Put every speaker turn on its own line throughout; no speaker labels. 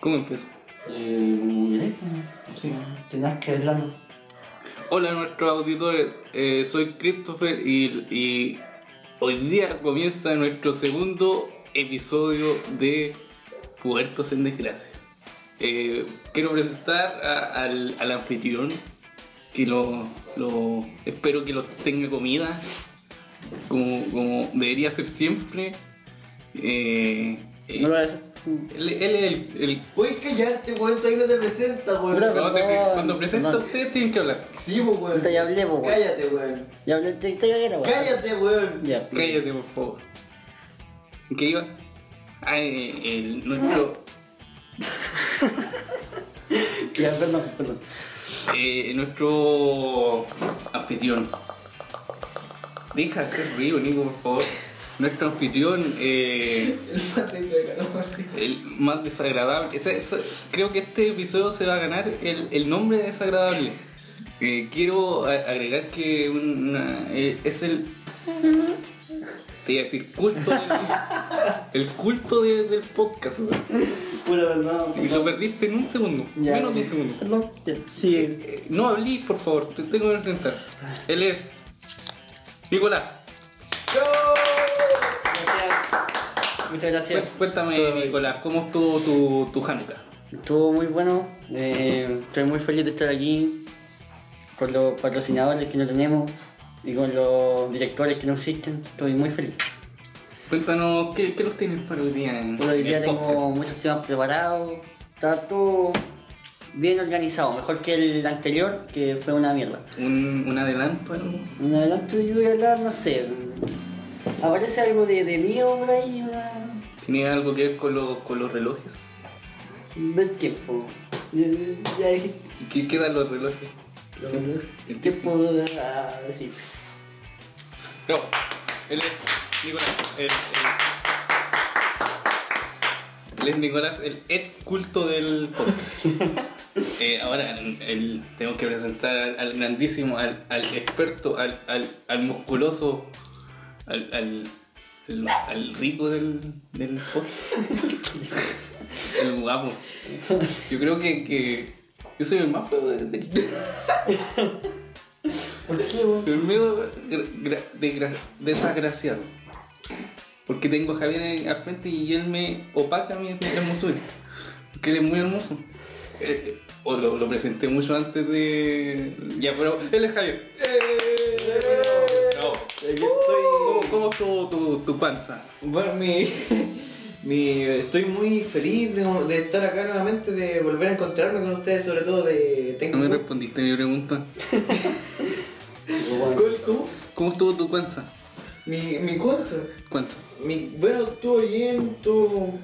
¿Cómo empezó?
Eh,
Sí.
Tenías que verla.
Hola a nuestros auditores, eh, soy Christopher y, y hoy día comienza nuestro segundo episodio de Puertos en Desgracia. Eh, quiero presentar a- al, al anfitrión, que lo, lo- espero que lo tenga comida, como, como debería ser siempre. Eh, eh,
No lo haces.
él, él es el... el-
Puedes callarte, weón, todavía no te presenta, weón.
Bravo.
cuando, te- cuando presento a
Perdón.
ustedes tienen que hablar.
Sí, pues, weón.
Te hablé, pues, weón.
Cállate, weón.
Ya hablé de historia que era, weón.
Cállate, weón.
Ya.
Cállate, por favor. ¿En qué iba? Ah, eh, el, nuestro,
Ya, perdón, perdón.
eh, nuestro anfitrión. Deja de hacer ruido, Nico, por favor. Nuestro anfitrión, eh,
El mate se ganó.
el más desagradable. Esa- esa- creo que este episodio se va a ganar el, el nombre de desagradable. Eh, quiero a- agregar que una- eh, es el. Te iba a decir culto del, el culto de- del podcast, weón.
Pura verdad.
Y lo perdiste en un segundo,
Ya.
menos de un segundo.
No, ya. Sigue.
Eh, no hablí, por favor, te tengo que presentar. Él es. Nicolás,
Gracias. Muchas gracias.
cu- cuéntame, Nicolás, ¿cómo estuvo tu, tu Hanukkah?
Estuvo muy bueno. eh, estoy muy feliz de estar aquí con los patrocinadores que no tenemos y con los directores que no existen. Estoy muy feliz.
Cuéntanos, ¿qué, qué los tienes para hoy día en,
Bueno, hoy
en
día
el
tengo
podcast?
muchos temas preparados. Está todo bien organizado, mejor que el anterior, que fue una mierda.
¿Un, un adelanto? algo?
En adelante yo voy a hablar, no sé. Aparece algo de, de Neo por ahí, una...
¿Tiene algo que ver con, los con los relojes?
del tiempo. Ya, ya dijiste.
¿Y ¿Qué quedan los relojes?
El tiempo ah, sí.
No, él es Nicolás, el, el- él es Nicolás, el ex culto del podcast. Eh, ahora el- el- tengo que presentar al, al grandísimo, al, al experto, al, al, al musculoso, al, al, al- al rico del, del podcast. El guapo. Yo creo que, que yo soy el más feo de, de aquí.
¿Por qué vos?
Soy un medio gra- gra- desgra- desgraciado. Porque tengo a Javier en- al frente y él me opaca mi mi hermosura. Porque él es muy hermoso. Eh, eh, o lo, lo presenté mucho antes de. Ya, pero él es Javier. ¡Eh! Bravo. ¿Cómo,
Estoy.
cómo estuvo tu, tu panza?
Bueno, mi. mi- estoy muy feliz de, de estar acá nuevamente, de volver a encontrarme con ustedes, sobre todo de.
No
Tengo
me respondiste a mi pregunta.
pues,
¿Cómo? ¿Cómo?
¿Cómo estuvo tu panza?
Mi, mi cosa.
¿Cuánza?
Mi- bueno, estuvo bien, estuvo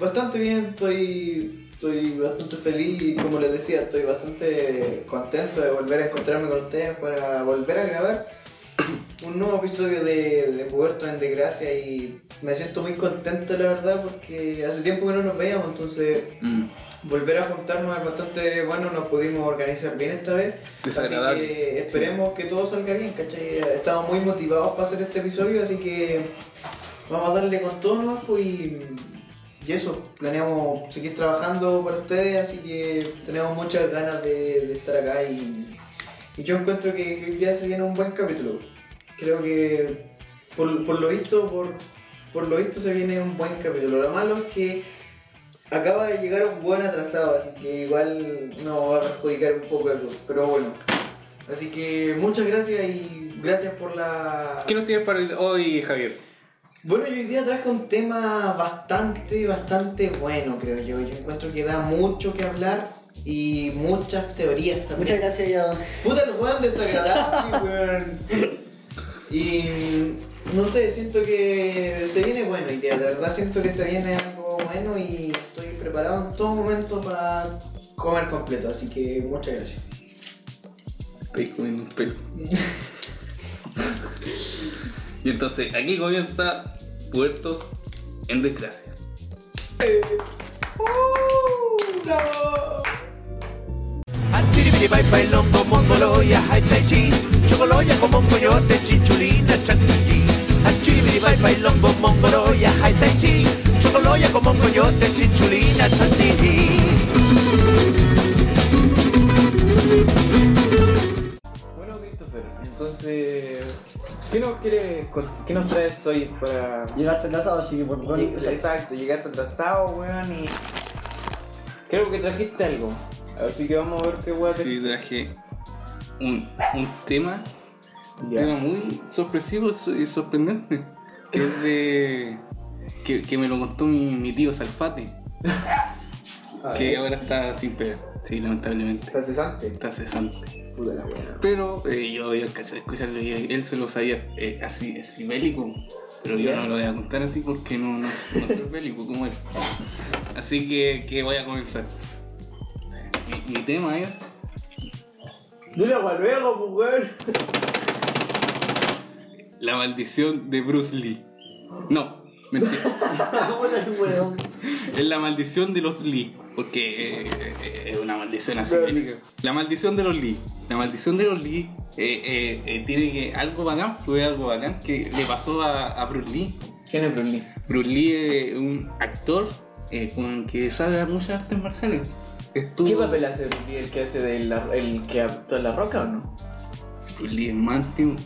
bastante bien, estoy, estoy bastante feliz y como les decía, estoy bastante contento de volver a encontrarme con ustedes para volver a grabar un nuevo episodio de, de Puerto en Desgracia y me siento muy contento la verdad porque hace tiempo que no nos veíamos, entonces
Mm.
volver a juntarnos es bastante bueno, nos pudimos organizar bien esta vez. Así
Desagradable.
que esperemos que todo salga bien, ¿cachai? Estamos muy motivados para hacer este episodio, así que vamos a darle con todo nomás pues, y, y eso, planeamos seguir trabajando para ustedes, así que tenemos muchas ganas de, de estar acá y, y yo encuentro que que hoy día se viene un buen capítulo. Creo que por, por lo visto, por, por lo visto se viene un buen capítulo. Lo malo es que acaba de llegar un buen atrasado, así que igual nos va a perjudicar un poco eso, pero bueno. Así que muchas gracias y gracias por la...
¿Qué nos tienes para hoy, Javier?
Bueno, yo hoy día traje un tema bastante, bastante bueno, creo yo. Yo encuentro que da mucho que hablar y muchas teorías también.
Muchas gracias, ya.
Puta el weón desagradable, weón. Y no sé, siento que se viene bueno hoy día, de verdad siento que se viene algo bueno y estoy preparado en todo momento para comer completo, así que muchas gracias.
Estoy comiendo un pelo. y entonces, aquí comienza Puertos en Desgracia.
Achiribiri bai bailongo mongolo ya haitaichi Chocolo ya como un coyote chinchulina changuilli Achiribiri bai bailongo mongolo ya haitaichi Chocolo ya como un coyote chinchulina changuilli
Entonces, ¿qué nos, quiere, cont- qué nos traes hoy para...?
Llegaste enlazado, así que por favor.
Exacto, llegaste atrasado, weón, y... Creo que trajiste algo. Así que vamos a ver qué weón
Sí, traje un, un tema, un tema muy sorpresivo so- y sorprendente. que Es de. que, que me lo contó mi, mi tío Salfate, que
Ah,
ahora está sin pegar, sí, lamentablemente.
Está cesante.
Está cesante.
Puta la buena.
Pero eh, yo había alcanzado a escucharlo y él se lo sabía eh, así, así bélico. Pero yo no lo voy a contar así porque no, no, no soy bélico como él. Así que, que voy a comenzar. Mi, mi tema es.
Dile agua luego, pues, weón.
La maldición de Bruce Lee. No, mentira. es la maldición de los Lee. Porque eh, eh, es una maldición así. La maldición de los Lee. La maldición de los Lee eh, eh, eh, tiene que, algo bacán, fue algo bacán que le pasó a, a Bruce Lee.
¿Quién es Brunli?
Bruce Lee es un actor eh, con que sabe muchas artes marciales. Estuvo-
¿Qué papel hace Brun Lee? ¿El que hace de la, el que actúa en la roca o no?
Bruce Lee es más antiguo,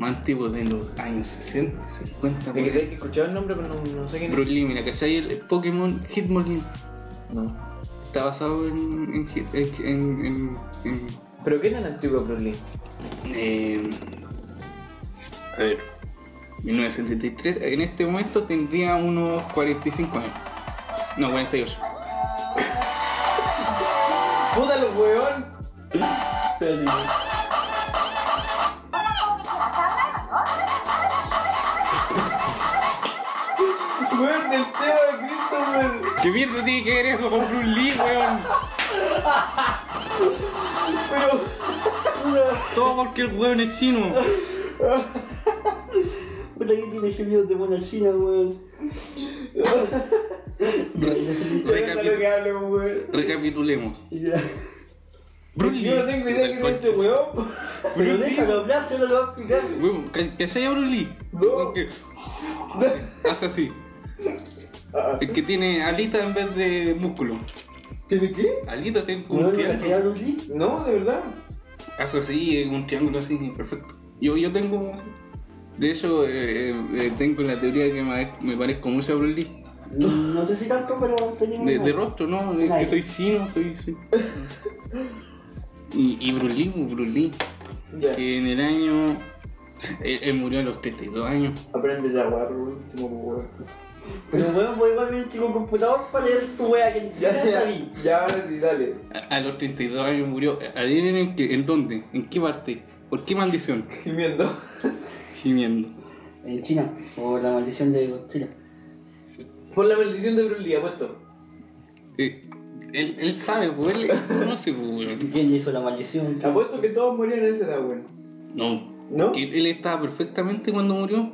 más antiguo de los años 60, 50. por
De que sé
ahí.
que he escuchado el nombre, pero no, no sé quién es.
Bruce Lee, mira, ¿cachai? El Pokémon Hitmonlee
No.
está basado en, en, Hit- en, en, en- en-
¿Pero qué tan antiguo es Brun Lee?
eh, a ver, 1973. En este momento tendría unos 45 años. No, 48.
¡Puta los weón! Weón, el tema de Christopher.
¿Qué mierda tiene que ver eso con Bruce Lee, weón?
Pero.
Todo porque el weón es chino.
Puta, que tiene gemidos de mona china, weón.
Déjalo que
Recapi-
hable, weón.
Recapitulemos.
Ya.
Bruce
Yo no tengo idea quién es este weón.
Pero déjalo hablar, solo lo va a explicar.
weón. ¿Qué hacía Bruce Lee?
No.
Que- Hace así.
Ah.
El que tiene alita en vez de músculo.
¿Tiene qué?
Alita tiene como
¿No
un
lo cachai a
triángulo.
Bruce Lee?
No, de verdad.
Hace así, eh, un triángulo así, perfecto. Yo, yo tengo. De hecho, eh, eh, eh, tengo la teoría de que me parezco- me parezco mucho a Bruce Lee.
No, no sé si tanto, pero tenemos.
De, de rostro, ¿no? Es
Ay.
que soy chino, soy. soy- Y, y Bruce Lee, Bruce Lee,
Ya.
que en el año. eh, Él, él murió a los 32 años.
Aprende la weá por último, weón.
Pero weón, voy a ver el chico computador para leer tu wea que ni
Ya,
siquiera sabí.
ya, ya, ahora sí, dale.
A, a los 32 años murió. Adivinen en, qué- en dónde, en qué parte, por qué maldición.
Gimiendo.
Gimiendo.
En China, o la maldición de Godzilla.
Por la maldición de Brun Lee, apuesto.
Eh, él, él sabe, pues él conoce, pues, weón.
¿Quién le hizo la maldición?
Apuesto que todos morían en esa edad, weón.
No,
¿No?
que él, él estaba perfectamente cuando murió.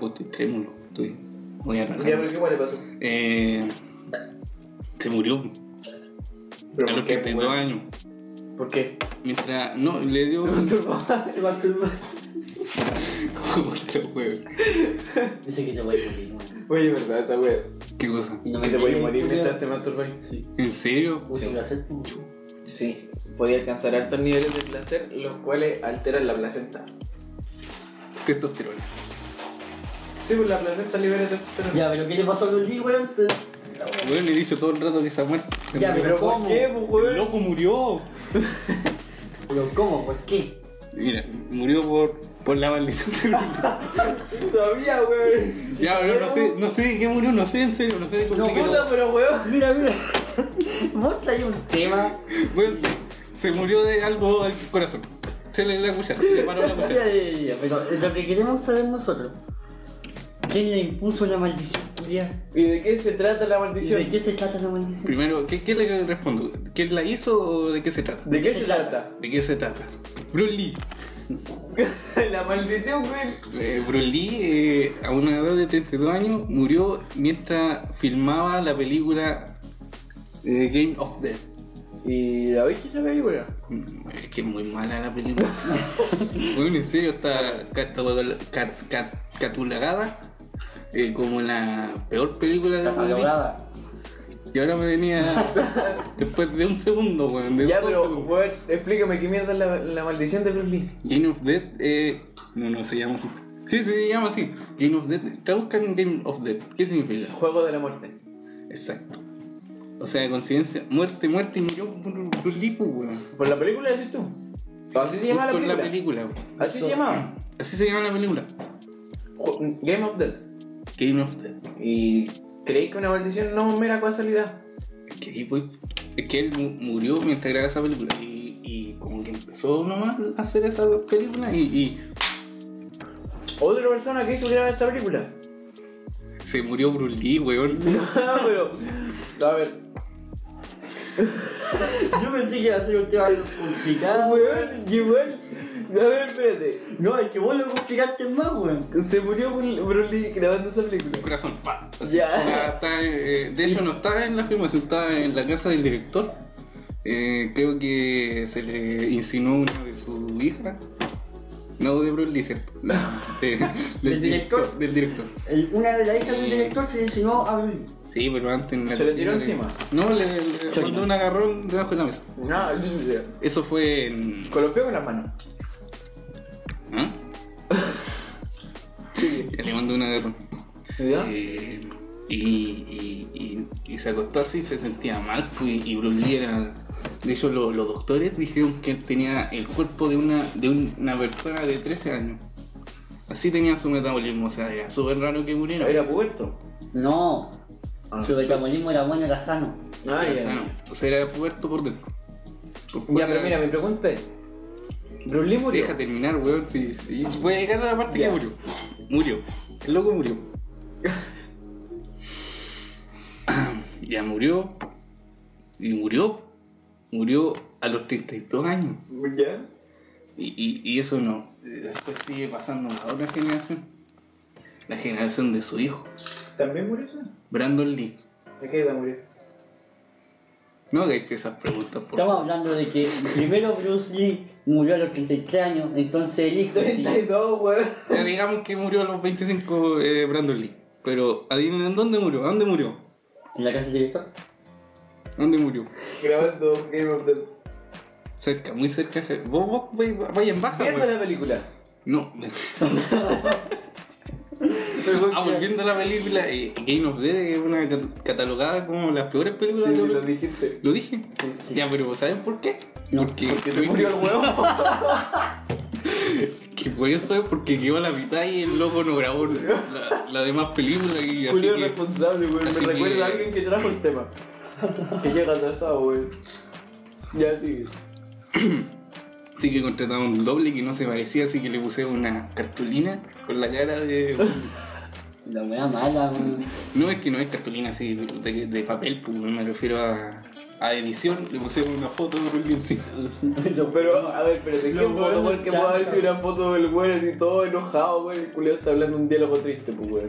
Oh, estoy trémulo, estoy. Voy a
Ya,
arrancar.
pero qué weón le pasó.
Eh, se murió a los 32
pues, weón?
años.
¿Por qué?
Mientras, no, le dio.
Se va a turbar.
Puta, weón.
Dice que te voy a morir, weón.
Oye, verdad, esa weón.
¿Qué cosa?
Y no
Te voy a morir
culiao.
mientras te masturbáis. Sí.
¿En serio?
Uy, se lo hace.
Sí. Podía alcanzar altos niveles de placer, los cuales alteran la placenta.
Testosterona.
Sí, pues la placenta libera testosterona.
Ya, pero ¿qué le pasó a Bruce Lee, weón? Te-
Weón, le dicho todo el rato que esa muerte. se
Ya,
murió.
pero ¿cómo?
pues,
El loco murió.
¿Pero cómo? ¿Por qué?
Mira, murió por, por la maldición de Bruce Lee.
Todavía, weón.
Ya, bro, no sé, no sé de qué murió, no sé, en serio, no sé de qué
No,
murió.
Puta, pero weón.
Mira, mira. Vos traes un tema.
Weón, se murió de algo al corazón. Se le la cuchara, le paró la
Ya,
cuchara.
ya, eh, ya, Pero lo que queremos saber nosotros. ¿Quién le impuso la maldición, culia?
¿Y de qué se trata la
¿Y
maldición?
de qué se trata la maldición?
Primero, ¿qué, qué le respondo? ¿Quién la hizo o de qué se trata?
¿De qué se trata?
¿De qué se trata? Bruce Lee.
la maldición, weón.
Eh, Bruce Lee, eh, a una edad de 32 años, murió mientras filmaba la película eh, Game of Death.
¿Y la viste esa película?
Mm, Es que es muy mala la película. bueno, en serio, está catalogal- cat- cat- catalogada eh, como la peor película de la
Catalogada.
Y ahora me venía después de un segundo, weón. de
Ya,
dos
pero,
segundos.
weón, explícame qué mierda es la, la maldición de Bruce Lee.
Game of Death, eh, no, no se llama así. Sí, se llama así. Game of Death, traduzcan Game of Death. ¿Qué significa?
Juego de la muerte.
Exacto. O sea, conciencia, muerte, muerte y murió por Brulipo, weón.
¿Por la película decís tú? Así se llama la
Por
película.
la película, weón.
Así se llama.
Así se llama la película.
Ju- Game of Death.
Game of Death.
¿Y creéis que una maldición no es mera casualidad?
Es que, ahí fue- es que él mu- murió mientras grababa esa película. Y, y como que empezó nomás a hacer esa película y, y
Otra persona que hizo grabar esta película.
se murió Bruce Lee, weón.
No, pero. A ver.
Yo pensé que iba a ser un tema complicado,
Weón, y weón. A ver, espérate.
No, es que vos lo complicaste más, weón.
Se murió Bruce Lee grabando esa película.
corazón, pa.
Ya.
está- está, eh, de hecho, no estaba en la filmación, estaba en la casa del director. Eh, creo que se le insinuó una de sus hijas. No de Broly, ¿cierto? No, de-
¿Del director?
Del director.
El- una de las hijas del director se diseñó a Bruce.
Sí, pero antes en la
¿Se le
cocina
tiró encima?
No, le, le
Sí.
mandó un agarrón debajo de la mesa.
No, yo- yo-
Eso fue en.
Colopeó con las manos.
¿Ah? Ya le mandó un agarrón.
¿Ya?
Eh, y, y, y- y se acostó así y se sentía mal. pues, Y, y Bruce Lee era. De hecho, lo- los doctores dijeron que él tenía el cuerpo de una, de una persona de 13 años. Así tenía su metabolismo, o sea, era súper raro que muriera.
Era puberto.
No,
Ah,
su metabolismo era bueno, era sano.
Ah,
O sea,
ya.
no, o sea, era puberto por dentro. Por
Ya,
fuera-
pero mira, mi pregunta es. Bruce Lee murió.
Deja terminar, weón. sí, sí. Voy a llegar a la parte
Ya.
que murió. Murió. El loco murió. ya murió. Y murió. Murió a los 32 años.
¿Ya?
Y, y- y eso no. Después sigue pasando a otra generación. La generación de su hijo,
¿También murió eso?
Brandon Lee.
¿De qué edad murió?
No hagáis esas preguntas, por
Estamos
favor.
hablando de que primero Bruce Lee murió a los 33 años, entonces el hijo. sí.
32, weón.
Ya digamos que murió a los 25 eh, Brandon Lee. Pero adivinen dónde murió. ¿A dónde murió?
¿En la casa del director?
¿Dónde murió?
Grabando Game of Death.
Cerca, muy cerca. Vos, vos vais- vais en baja.
Viendo
weón.
la película.
No. ah, volviendo a la película, eh, Game of Death es una cat- catalogada como las peores películas de horror.
dijiste.
¿Lo dije?
sí.
Ya, pero ¿saben por qué?
No,
porque,
Que se murió el huevo.
que por eso es porque quedó a la mitad y el loco no grabó la, la demás película y así
Julio
que-
responsable, güey.
así
Me
que-
recuerda a alguien que trajo el tema. Que llega atrasado, güey. Ya sigue.
Así que contrataron un doble que no se parecía, así que le puse una cartulina con la cara de...
La weá mala, weón.
No es que no es cartulina así de, de papel, pues, me refiero a, a edición, le puse una foto de Rubén sí.
Pero, a ver, espérate, ¿qué
Los
puedo
huevos
que pueda haber
chantas.
sido una foto del güey así todo enojado, güey? El culiao está hablando un diálogo triste, pues, güey.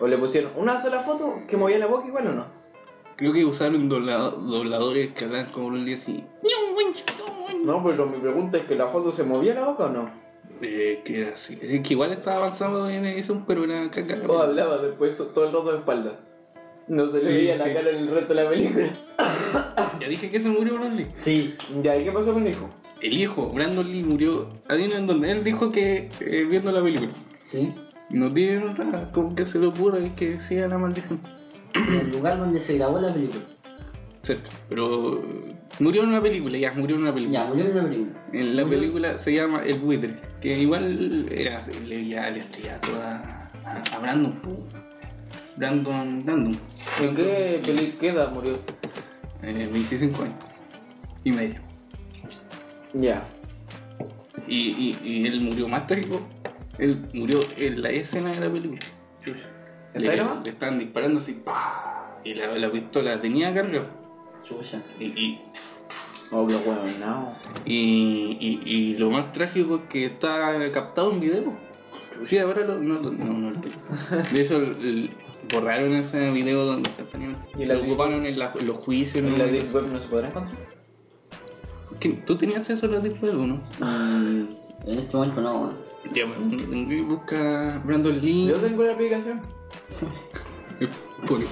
O le pusieron una sola foto que movía la boca igual o no.
Creo que usaron dobla- dobladores que hablan como un día así.
No, pero mi pregunta es que la foto se movía la boca o no.
Eh, que era así. Es que igual estaba avanzado en edición, pero era caca.
O hablaba después todo el rato de espalda. No se le
Sí,
veía
sí.
la cara en el resto de la película.
Ya dije que se murió Brandon Lee.
Sí,
Ya, ¿y qué pasó con el hijo?
El hijo, Brandon Lee, murió. Adivinen dónde. Él dijo que eh, viendo la película.
sí.
No tiene nada, como que se le ocurre que decía la maldición.
En el lugar donde se grabó la película.
Cerca. Pero eh, murió en una película, ya murió en una película.
Ya, murió en la película.
En la película se llama El Buitre, que igual era, le, ya le estrellato a, a, a Brandon. Brandon, Brandon.
¿En qué, peli- qué edad murió?
Eh, 25 años y medio.
Ya.
Y, y, y él murió más trágico. Él murió en la escena de la película. Chucha.
¿En
Le,
Tailandia?
le estaban disparando así, ¡pah! Y la, la pistola tenía carga.
Chucha.
Y, y,
Obvio, weón, Oh, no.
y, y- y lo más trágico es que está captado en video. Sí, ahora lo, no, lo- no, no lo tengo. De eso el- el- borraron ese video donde
¿Y la
lo ocuparon en la- los juicios.
¿En
¿no?
la Deep Web no se podrá encontrar?
¿Qué? ¿Tú tenías eso en la disco de uno?
Mm, en este momento no, weón.
Ya, bueno, busca Brandon Lee.
Yo tengo la aplicación.
Poli.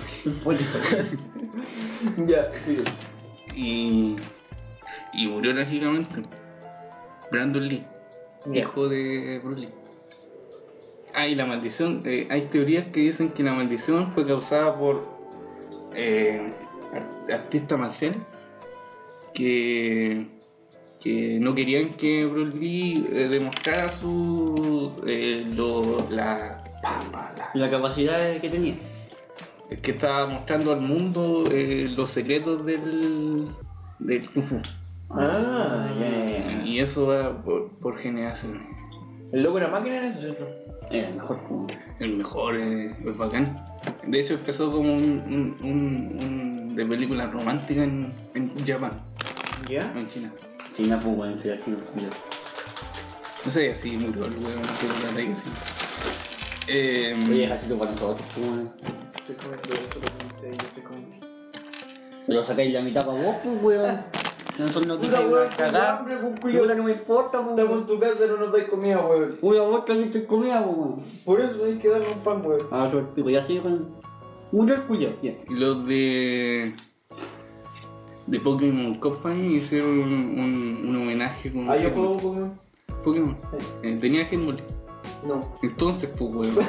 ya, sigue.
Y, y murió trágicamente. Brandon Lee,
Ya.
hijo de Bruce Lee. Ah, y la maldición. eh, hay teorías que dicen que la maldición fue causada por eh, ar- artistas marciales que, que no querían que Bruce Lee eh, demostrara su. eh, lo- la, pa- pa- la-
La capacidad que tenía.
que estaba mostrando al mundo eh, los secretos del, del Kung Fu.
Ah, ya, ya, ya.
Y eso va por, por generaciones.
El loco era máquina en eso, ¿cierto?
Era el mejor como.
El mejor eh, es bacán. De hecho, empezó como un, un, un- un de película romántica en, en Japón,
Ya.
no en China.
Sí, una fue bueno, sí, aquí no. mira.
No sé, así murió el huevo, no sé por la ley, así.
Oye,
Eh,
así que para nosotros, pues, weón.
Estoy comiendo eso, lo que ustedes, yo estoy comiendo.
Lo sacáis la mitad para vos, pues, weón. Nosotros no
Puta,
tenemos
weón,
una
tengo
cagada.
hambre, pues,
Puta,
culiao.
no me importa, pues,
Estamos en
weón.
tu casa, no nos dais comida, weón.
Puta, vos también te comida, pues, weón.
Por eso hay que darle un pan, weón.
Ah, yo el pico, ya sigue con. Murió el cuyo, ya.
y los de. de Pokémon Company hicieron un, un- un homenaje con.
Ah, yo juego Pokémon.
Pokémon. Eh, tenía Hitmon.
No,
Entonces, pues, huevo.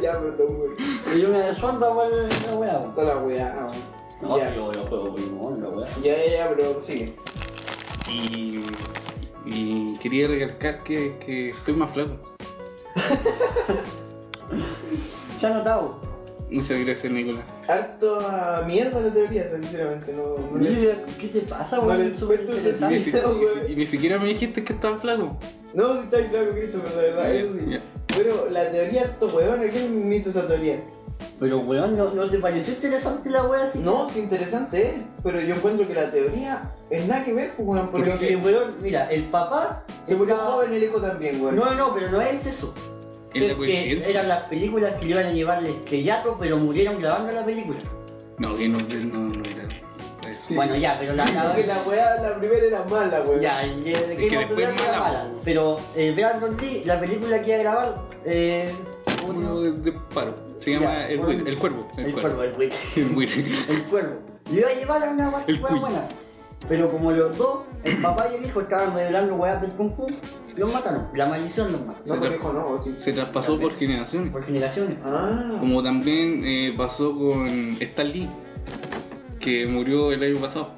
ya, perdón, weón.
Yo me desonda, weón, la weá, weón.
Está la weá, weón.
No,
ya.
yo, yo juego Pokémon, la weá.
ya, ya, ya, pero sigue.
Y, y quería recalcar que, que estoy más flaco.
Se ha notado.
Muchas gracias, Nicolás.
Harto a mierda la teoría, sinceramente. No, no le-
Mira, ¿qué te pasa,
No le
weón? Súper
Ni
encuentro
interesante.
si-
Ay, güey.
y ni siquiera me dijiste que estaba flaco.
no si estáis claro, Cristo, pero la verdad, eso sí.
Ya.
Pero la teoría, harto weón, ¿a quién me hizo esa teoría?
Pero, weón, ¿no, ¿no te pareció interesante la weá así?
No, es interesante, ¿eh? Pero yo encuentro que la teoría es nada que ver, pues, weón, porque
Porque, weón, mira, el papá.
se murió
estaba-
joven el hijo también, weón.
No, no, no, pero no es eso.
Es la
Es
coincidencia.
que eran las películas que le iban a llevar el estrellato, pero murieron grabando la película.
No, que no, no, no era. eso.
Bueno, ya, pero la
Porque la weá, la primera era mala, weón.
Ya, el de Game
que
of
después
Thrones era
mala,
mala. Pero eh, Brandon Lee, la película que iba a grabar, eh, ¿cómo se
Uno
llama?
de, de paro. Se llama
Ya,
el,
bueno.
Will- el cuervo. El,
El cuervo,
cuervo.
el buitre.
El Will.
El cuervo. Le iba a llevar a una parte
El cuy.
buena. Pero como los dos, el papá y el hijo estaban revelando weas del Kung Fu, los mataron. La maldición los mató.
No, con hijo no, sí.
Se traspasó por generaciones.
Por generaciones.
Ah,
Como también eh, pasó con Stan Lee, que murió el año pasado.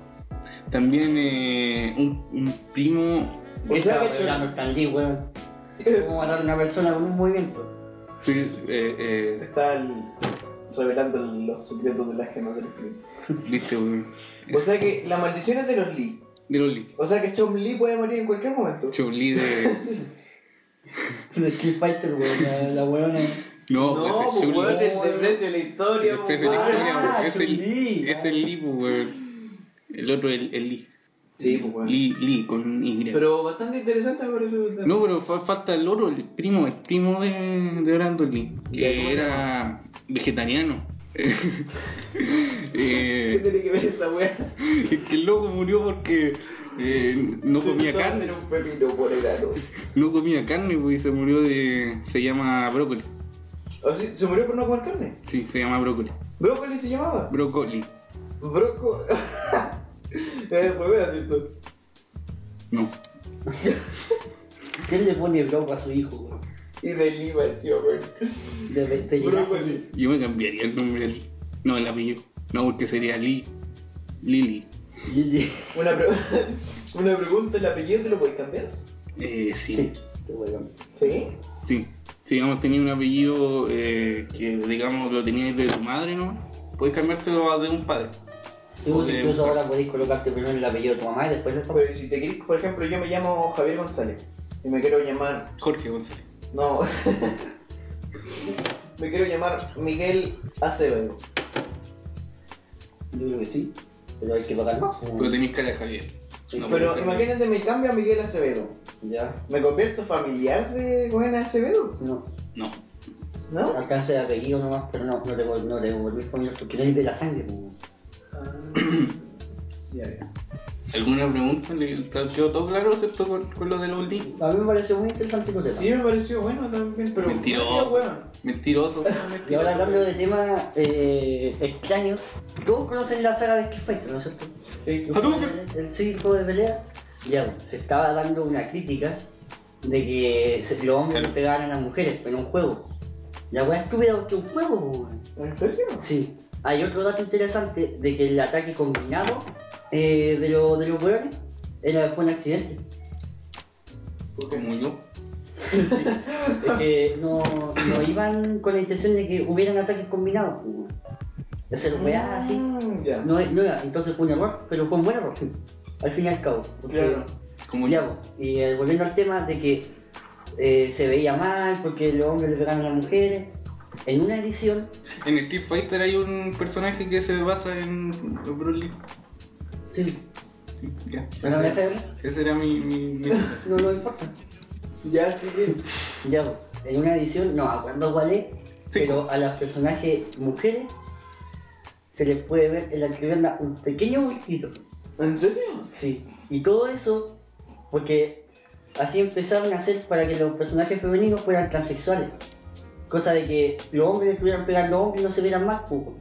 También eh, un, un primo.
O
Esa
sea,
wea era Nortandí, weón.
Eh.
Como matar a una persona con un movimiento.
sí, eh, eh,
está el- revelando los secretos de la gema del espíritu.
Listo, weón.
O sea que la maldición es de los Lee.
De Loli.
O sea que Chom Lee puede morir en cualquier momento.
Chobli de.
De Street Fighter, weón. La, la weona.
No, ese
pues,
es Chobli.
pues, weón, el desprecio de la historia,
Después de la
weón.
historia,
Ah,
weón. Es el,
Chun-Li.
es el Lee, pues, weón. El otro, el, el Lee.
Sí, pues bueno.
Lee, Lee con Y.
Pero bastante interesante por eso.
no, pero fa- falta el otro, el primo, el primo de, de Brandon Lee,
Ya, ¿cómo
que
se
era vegetariano.
¿Qué
eh,
tiene que ver esa weá?
es que el loco murió porque eh, no comía
Todo
carne,
Era un pepino por el ano.
no comía carne, pues, y se murió de. se llama brócoli.
O sea, ¿Se murió por no comer carne?
Sí, se llama brócoli.
¿Brócoli se llamaba?
Brócoli.
Broco. eh, pues vea, ¿cierto?
No.
¿Quién le pone broco a su hijo, weón?
Y de Lee pareció, weón.
De, de
Brócoli.
Yo me cambiaría el nombre a Lee. No, el apellido. No, porque sería Lee. Lily.
Lili.
Una, pre- Una pregunta: ¿el apellido te lo puedes cambiar?
Eh, sí.
Sí, te weón.
¿Sí?
Sí. Si digamos tenías un apellido eh, que digamos lo tenías de tu madre, ¿no? Puedes cambiártelo a de un padre.
Sí, vos
Bien,
incluso
claro.
ahora podéis colocarte primero el apellido de tu mamá y después el papá.
Pero si te quieres, por ejemplo, yo me llamo Javier González y me quiero llamar.
Jorge González.
No. me quiero llamar Miguel Acevedo.
Yo creo que sí. Pero hay que pagar más. pues,
Pero
weón.
tenías cara de Javier. No
Mm.
puede
Pero
ser.
imagínate, me cambio a Miguel Acevedo.
Ya.
¿Me convierto familiar de Juana Acevedo?
No,
No.
¿No?
alcance de apellido nomás, pero no, no te vol-
Ah.
no te volvís con ellos porque eres de la sangre, pues. weón.
Ya, ya.
¿Alguna pregunta? ¿Le te quedó todo claro, excepto con, con lo de los links?
A mí me pareció muy interesante el tema.
Pues Sí, me pareció bueno también, pero.
Mentiroso.
Ay, weón.
Mentiroso,
Y ahora hablando
mentiroso.
de temas eh, extraños, todos conocen la saga de Street Fighter, ¿no es cierto?
Sí.
El juego de pelea- El sí, el juego de pelea. Ya, bueno, se estaba dando una crítica de que se- los hombres
Sí.
le pegaban a las mujeres en un juego. La weá estúpida porque un juego, po, weón.
¿En serio?
Sí. Hay otro dato interesante de que el ataque combinado eh, de, los de los weones era, fue un accidente.
Como yo.
Es que no, no iban con la intención de que hubieran ataques combinados. po, weón. De hacer weas así.
Mm, Ya.
No, no era, entonces fue un error, pero fue un buen error. Al fin y al cabo. porque-
Claro.
Como
Ya,
yo.
po. y eh, volviendo al tema de que eh, se veía mal porque los hombres le pegaban a las mujeres, en una edición,
En Street Fighter hay un personaje que se basa en los Broly.
sí,
Ya,
¿me la dejaste
este
ese,
hablar?
ese era mi. mi, mi-
no no importa.
Ya, sí, sí.
Ya, po. en una edición, no, acuerdo cuál es,
Sí.
pero a las personajes mujeres se les puede ver en la entrevista un pequeño vestido.
¿En serio?
Sí, y todo eso porque así empezaron a hacer para que los personajes femeninos fueran transexuales. Cosa de que los hombres estuvieran pegando a hombres y no se vieran más, cubo.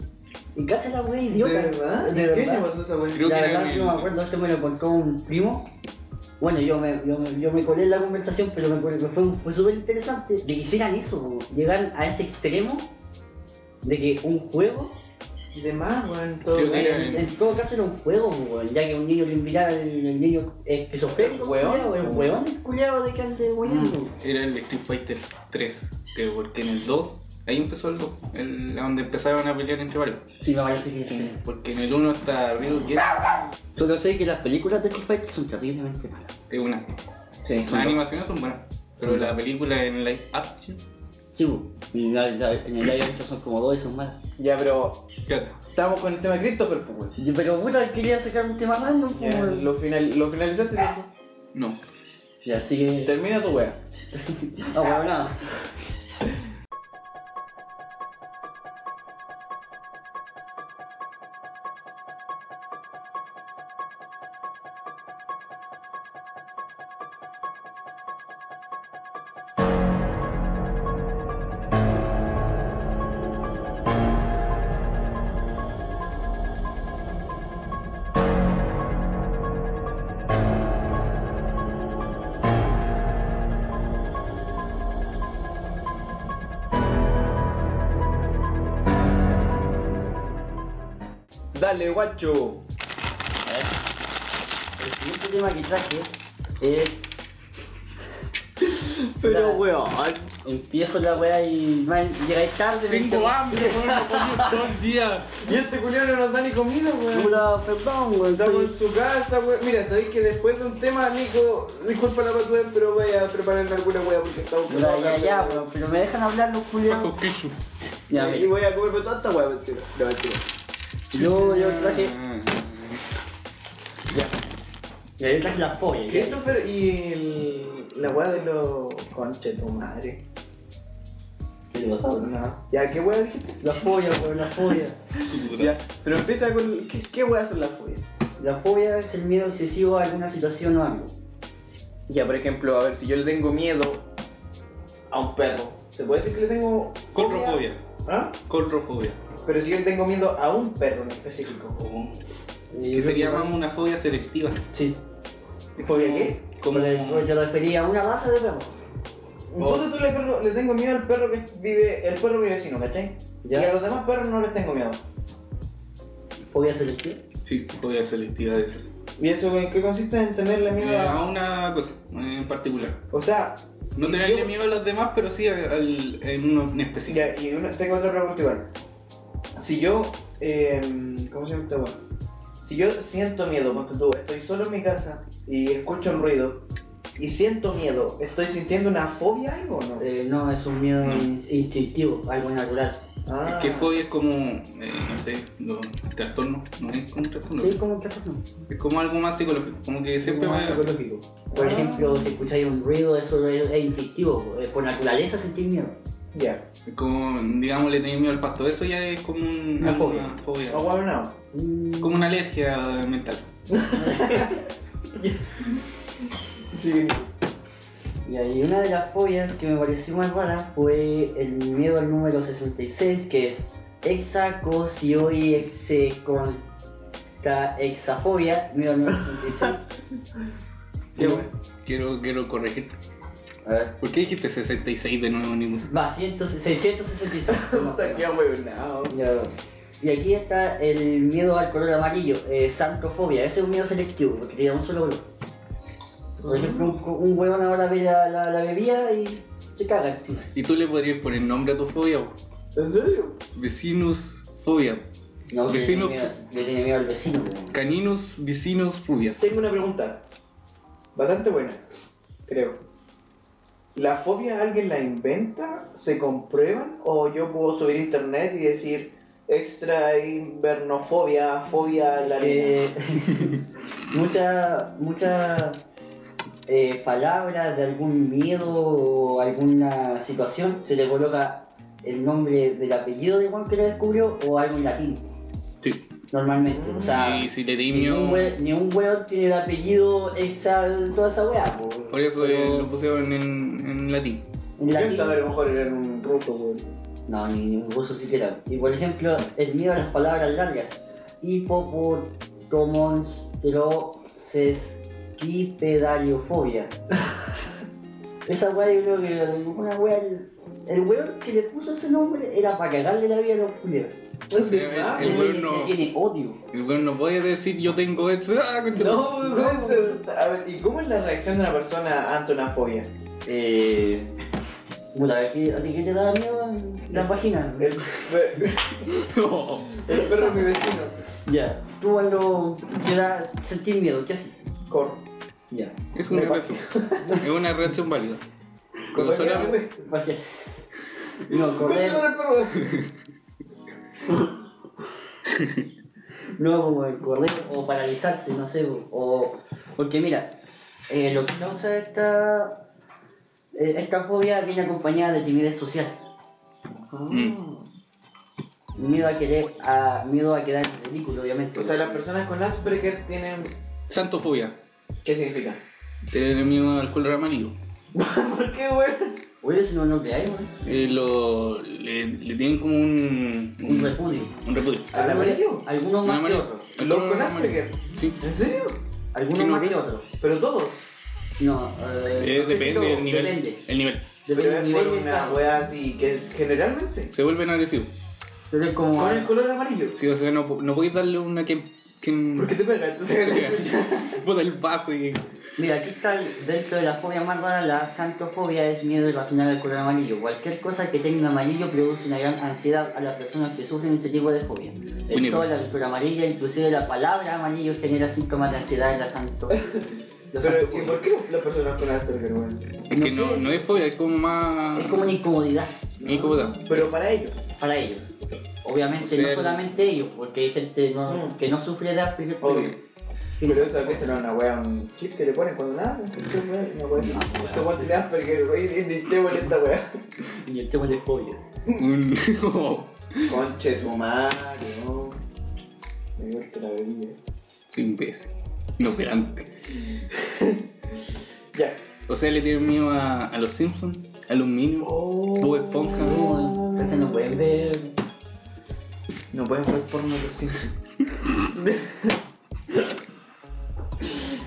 Y cacha la wea idiota.
¿De verdad?
De
¿En qué
verdad.
año pasó esa weón?
Creo
la
que era
verdad
en el-
no me acuerdo, esto me lo contó un primo. Bueno, yo me, yo me, yo me colé en la conversación, pero me, colé- me fue, fue súper interesante de que hicieran eso, cubo. llegar a ese extremo de que un juego
De más, weón. Todo.
Creo que-
en, en todo caso era un juego, weón, ya que un niño le invitara al el niño esquizofrénico,
Weón.
culiao, el weón Mm. el culiao de que ande weón.
Era el Street Fighter 3, creo, porque en el 2, ahí empezó el 2, el, donde empezaron a pelear entre varios.
Sí, me parece que sí.
Porque en el 1 está Ryu, que era-
Solo sé que las películas de Street Fighter son terriblemente malas.
es una.
Sí.
Las animaciones son buenas, pero la película en live action,
Sí, weón. Y la- la- en el live action son como dos y son malas.
Ya, pero.
ya
Estamos con el tema de Christopher, pues, weón.
Y- Pero puta, quería sacar un tema random,
Ya,
weón.
lo, final, lo finalizaste, ¿cierto?
no.
Ya, así que.
Termina tu wea.
Ah, weón, nada.
Dale, guacho.
El siguiente tema que traje es.
Pero,
Dale.
weón.
Empiezo la weá y. Man, llegáis tarde,
Tengo hambre, weón, comido todo el día.
Y este culiao no nos da ni comida, weón.
Puta, perdón, weón.
Estamos
soy-
en su casa, weón. Mira, sabéis que después de un tema, Nico, disculpa la patrulla, pero voy a prepararme alguna weá porque estamos
Ya, ya, ya, weón, pero me dejan hablar los culiados.
Paco Kishu.
Ya,
Y
mira.
voy a comerme toda esta weá, mentira. No, mentira.
Yo, yo traje. Ya, yo traje la fobia. ya.
Christopher y el- la weá de los. Conche tu madre.
¿Qué te pasa, weón?
No. Ya, ¿qué weá dijiste?
La fobia, weón, la fobia.
Ya. Pero empieza con. ¿Qué, qué weá son las fobias?
La fobia es el miedo excesivo a alguna situación o algo.
Ya, por ejemplo, a ver, si yo le tengo miedo a un perro, ¿se puede decir que le tengo.
Colrofobia.
¿Ah?
Colrofobia.
Pero si yo le tengo miedo a un perro en específico.
Y
Que
yo
sería
creo
más una fobia selectiva.
Sí.
¿Fobia qué?
Como
Como
le, como te refería a una raza de perros.
Entonces tú le, perro- le tengo miedo al perro que vive. El perro mi vecino, ¿cachai?
Ya.
Y a los demás perros no les tengo miedo.
Fobia selectiva.
Sí, fobia selectiva de eso.
¿Y eso en qué consiste en tenerle miedo
Eh, A
a.?
una cosa en particular.
O sea.
No
y si
tenerle
yo-
miedo a los demás, pero sí al, al- en uno en específico.
Ya, y una, tengo otra pregunta igual. Si yo. em, ¿Cómo se llama esta weá? Si yo siento miedo, ponte tú, estoy solo en mi casa y escucho un ruido y siento miedo, ¿estoy sintiendo una fobia a algo o no?
Eh, no, es un miedo
No.
in- instintivo, algo natural.
Es
Ah,
que fobia es como, eh, no sé, los trastornos, no es un trastorno,
Sí, como un trastorno.
es como algo más psicológico, como que siempre
Como
va
psicológico. Por
Ah.
ejemplo, si escucháis un ruido, eso es, es instintivo. eh, Por naturaleza sentir miedo.
Ya.
es como, digamos, le tenés miedo al pasto, eso ya es como un-
Una
algo-
fobia.
Ah,
una fobia.
No, bueno, no.
Mm,
Como una alergia mental.
Sí.
Y ahí una de las fobias que me pareció más rara fue el miedo al número 66, que es hexacosioi execonta hexafobia, miedo al número 66.
Qué bueno.
Quiero, quiero corregir.
A ver.
¿Por qué dijiste 66 de nuevo, Nico?
Va, 100, 666. no,
Puta, qué ahueonado.
Ya.
Y aquí está el miedo al color amarillo, eh, santrofobia. Ese es un miedo selectivo, porque tiene un solo color. Por ejemplo, un, co- un huevón ahora ve la, la, la bebida y se caga encima.
¿Y tú le podrías poner nombre a tu fobia? po?
¿En serio?
Vecinos fobia.
No, que
Vecino-
tiene miedo- le tiene miedo al vecino. weón.
Caninos, vecinos, fobias.
Tengo una pregunta.
Bastante buena.
Creo.
¿La fobia alguien la inventa? ¿Se comprueban? ¿O yo puedo subir a internet y decir extra invernofobia, fobia a la arena?
Eh, muchas muchas eh, palabras de algún miedo o alguna situación se le coloca el nombre del apellido de Juan que lo descubrió o algo en latín
Sí.
normalmente o sea
Y si le di
ni un,
miedo-
hue- ni un hueón tiene el apellido exa toda esa weá po.
Por eso eh,
Pero
lo pusieron en, en latín.
en
Yo
latín-
pensaba que a lo mejor era un ruso, weón.
no ni, ni un ruso siquiera y por ejemplo el miedo a las palabras largas hipopotomonstrosequipedariofobia esa weá yo creo que alguna weá el, el weón que le puso ese nombre era para cagarle la vida a los culeros
O sea,
Ah,
el- el weón no,
tiene odio
el weón no puede decir yo tengo esto. Ah, concha-
No,
No.
weón, se- A ver, ¿y cómo es la reacción de una persona ante una fobia?
Eh. Puta, ¿a ti- a ti qué te da miedo las páginas?
El,
No.
el perro es mi vecino.
Ya. Tú cuando te da sentir miedo, ¿qué haces?
Corro.
Ya.
Es una reacción. es una reacción válida. Cuando solamente,
Vaya. No,
Concha con
correr.
el perro.
Mm.
No, como el correr o paralizarse, no sé. o- O. Porque mira, eh, lo que causa esta. eh, Esta fobia viene acompañada de timidez social.
Mm.
Miedo a querer. A, miedo a quedar en ridículo, obviamente.
O sea, las personas con Asperger tienen.
santofobia.
¿Qué significa?
Tener miedo al color amarillo.
¿Por qué, weón?
Oye, si no lo creáis, weón.
Eh, lo, le, le tienen como un.
Un repudio.
un repudio.
¿Al amarillo?
Algunos
Un
más que
amarillo.
otros.
El
¿Los
color
con
amarillo.
Asperger?
Sí.
¿En serio?
Algunos
¿Quién lo
más
ve?
que otros.
Pero todos.
No, eh,
Eh,
no sé si
depende
todo,
del nivel.
Depende.
El nivel.
Depende
Pero
del
es
nivel
por
del
una
caso.
wea así, que es generalmente.
Se vuelven agresivos.
Pero es como.
Con el color amarillo.
Sí, o sea, no, no podéis darle una que. que
¿Por qué te pega? Entonces,
Puta el vaso y.
Mira, aquí está el- dentro de la fobia más rara, la santofobia es miedo irracional al color amarillo. Cualquier cosa que tenga amarillo produce una gran ansiedad a las personas que sufren este tipo de fobia. El
Buenísimo.
sol, la pintura amarilla, inclusive la palabra amarillo genera síntomas de ansiedad en la santo. los
Pero, ¿y
santofobia.
por qué las personas con Asperger, weón?
Es
No
que no,
sé.
no es fobia, es como más.
Es como una incomodidad
incómoda.
Pero para ellos.
para ellos. Obviamente,
O sea,
no
el-
solamente ellos, porque hay gente no-
Mm.
que no sufre de Asperger, pero-
Obvio. Pero eso que será una wea, un chip que le ponen cuando nacen. ¿Qué wea? Una wea. Este weón tiene Asperger, wey, ni te molesta, wea.
Y el tema de fobias.
Un. oh,
Conche tu madre, no. Me dio que la bebida.
Soy imbécil. Inoperante.
Ya.
O sea, le tienen miedo a, a los Simpsons, a los Minions,
Oh.
Bob Esponja.
No, casi no pueden ver.
No pueden ver porno los Simpsons.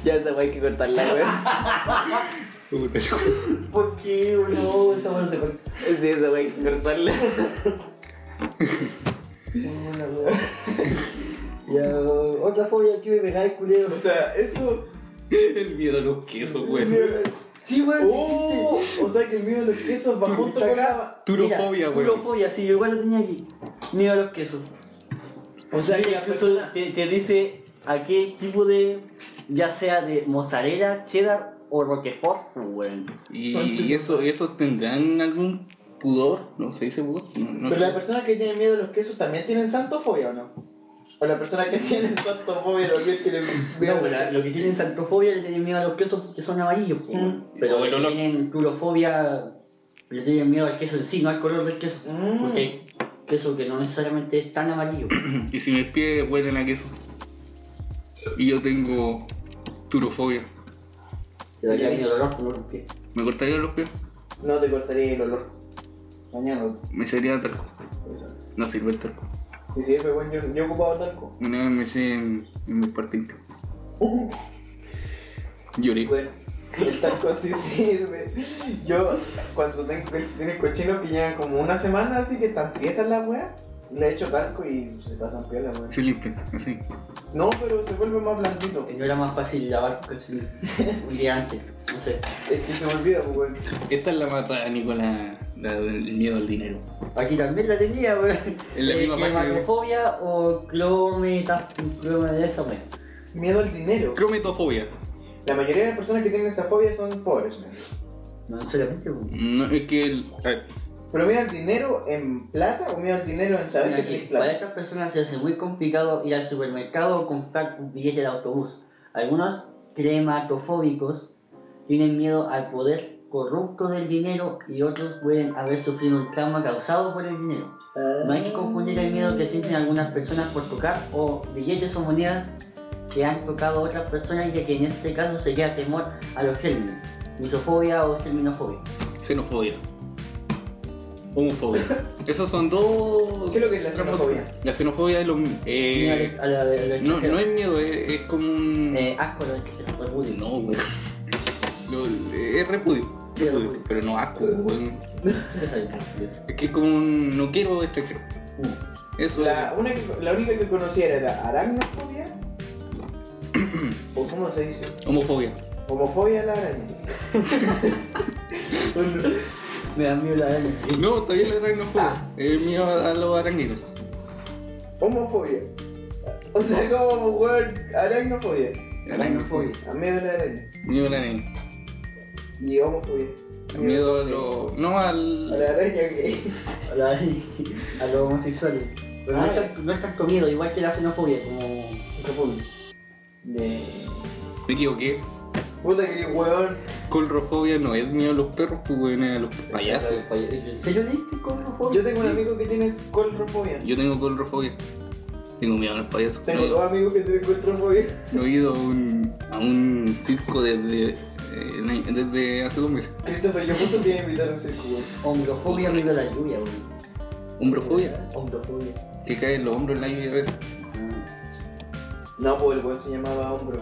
ya esa wea hay que cortarla, wea.
Puta,
¿Por qué, No, esa weá no se puede.
Sí, esa wea hay que cortarla. Una wea.
Ya, otra fobia que me pegáis, culero.
O sea, eso.
El miedo a los quesos, güey.
Sí, weón,
Oh, o sea que el miedo a los quesos va junto con la.
Turofobia, güey.
Turofobia, sí, yo igual lo tenía aquí. Miedo a los quesos.
O sea que la
Incluso
persona.
te, te dice a qué tipo de. ya sea de mozzarella, cheddar o roquefort, weón.
Y, y eso, eso tendrán algún pudor, no se dice pudor. No, no
Pero las
sé.
personas que tienen miedo a los quesos también tienen santofobia o no? O las personas que tienen santofobia también tienen miedo.
No, pero lo que tienen santofobia le tienen miedo a los quesos que son amarillos, po,
Mm.
weón. pero
O el
los que
olor.
tienen turofobia le tienen miedo al queso en sí, no al color del queso.
Mm.
Porque hay queso que no necesariamente es tan amarillo.
Y si mis pies huelen a queso. Y yo tengo turofobia.
Te daría el olor por los pies.
¿Me cortaría los pies?
No te cortaría el olor. Mañana.
Me sería talco. No sirve el talco.
Y si es bueno, yo, yo ocupaba talco.
Una vez me hice en, en mi partito. Lloré.
Bueno, el talco sí sirve. Yo, cuando tengo tiene cochinos que llevan como una semana, así que tan piezas la weá, le echo talco y se pasan piola, weón.
Se limpian, así.
No, pero se vuelve más blandito.
No era más fácil lavar que el un día antes. No sé.
Es que se me olvida, pues, weón.
Esta es la marra, Nicolás, la del miedo al dinero.
Aquí también la tenía, Eh, weón.
En la misma página.
Climacrofobia o clometa, clome de esa, weón.
Miedo al dinero.
Crometofobia.
La mayoría de las personas que tienen esa fobia son pobres, weón.
No, solamente, weón.
No, es que el. A ver,
¿Pero miedo al dinero en plata o miedo al dinero en saber
Mira,
que
que
tenés
Para
plata?
estas personas se hace muy complicado ir al supermercado o comprar un billete de autobús. Algunos crematofóbicos tienen miedo al poder corrupto del dinero y otros pueden haber sufrido un trauma causado por el dinero. No hay que confundir el miedo que sienten algunas personas por tocar o billetes o monedas que han tocado a otras personas, ya que en este caso sería temor a los gérmenes, misofobia o germinofobia.
xenofobia. Homofobia. Esas son dos.
¿Qué es lo que es la xenofobia?
La xenofobia es lo.
Miedo
Eh,
a la- a la- a la-
no, no es miedo, es, es como un.
Eh, asco a los extranjeros, orgullo.
No, güey. Lo- Es repudio.
Sí,
repudio,
repudio.
Pero no asco, güey.
¿Qué sabes?
Es que es como un. No quiero extranjero. Eso.
Uh. La, una que- la única que conocía era aracnofobia. ¿O cómo se dice?
Homofobia.
Homofobia a la araña.
Me da miedo la araña.
No, todavía la aracnofobia.
Ah.
Es miedo a, a los arácnidos.
Homofobia. O sea, como weón, aracnofobia.
Aracnofobia.
A miedo a la araña.
Miedo a la araña.
Y homofobia.
Miedo a los. No al.
A la araña gay.
A, la- a los homosexuales. Pero no
Ah,
están, no están con miedo, igual que la xenofobia, como.
República. De.
Me equivoqué.
Puta que weón.
Colrofobia no es miedo a los perros, pues güey, es a los payasos.
¿En serio leíste colrofobia?
Yo tengo un amigo que tiene colrofobia.
Yo tengo colrofobia. Tengo miedo a los payasos.
Tengo dos
Yo-
amigos que tienen colrofobia.
Yo he ido a un, a un circo desde, eh, desde hace dos meses.
Christopher, yo justo te iba a invitar a un circo, weón.
Hombrofobia, miedo a la lluvia, weón.
Hombrofobia,
Hombrofobia.
que cae en los hombros en la lluvia a veces.
Ah.
No, pues el weón se llamaba hombro.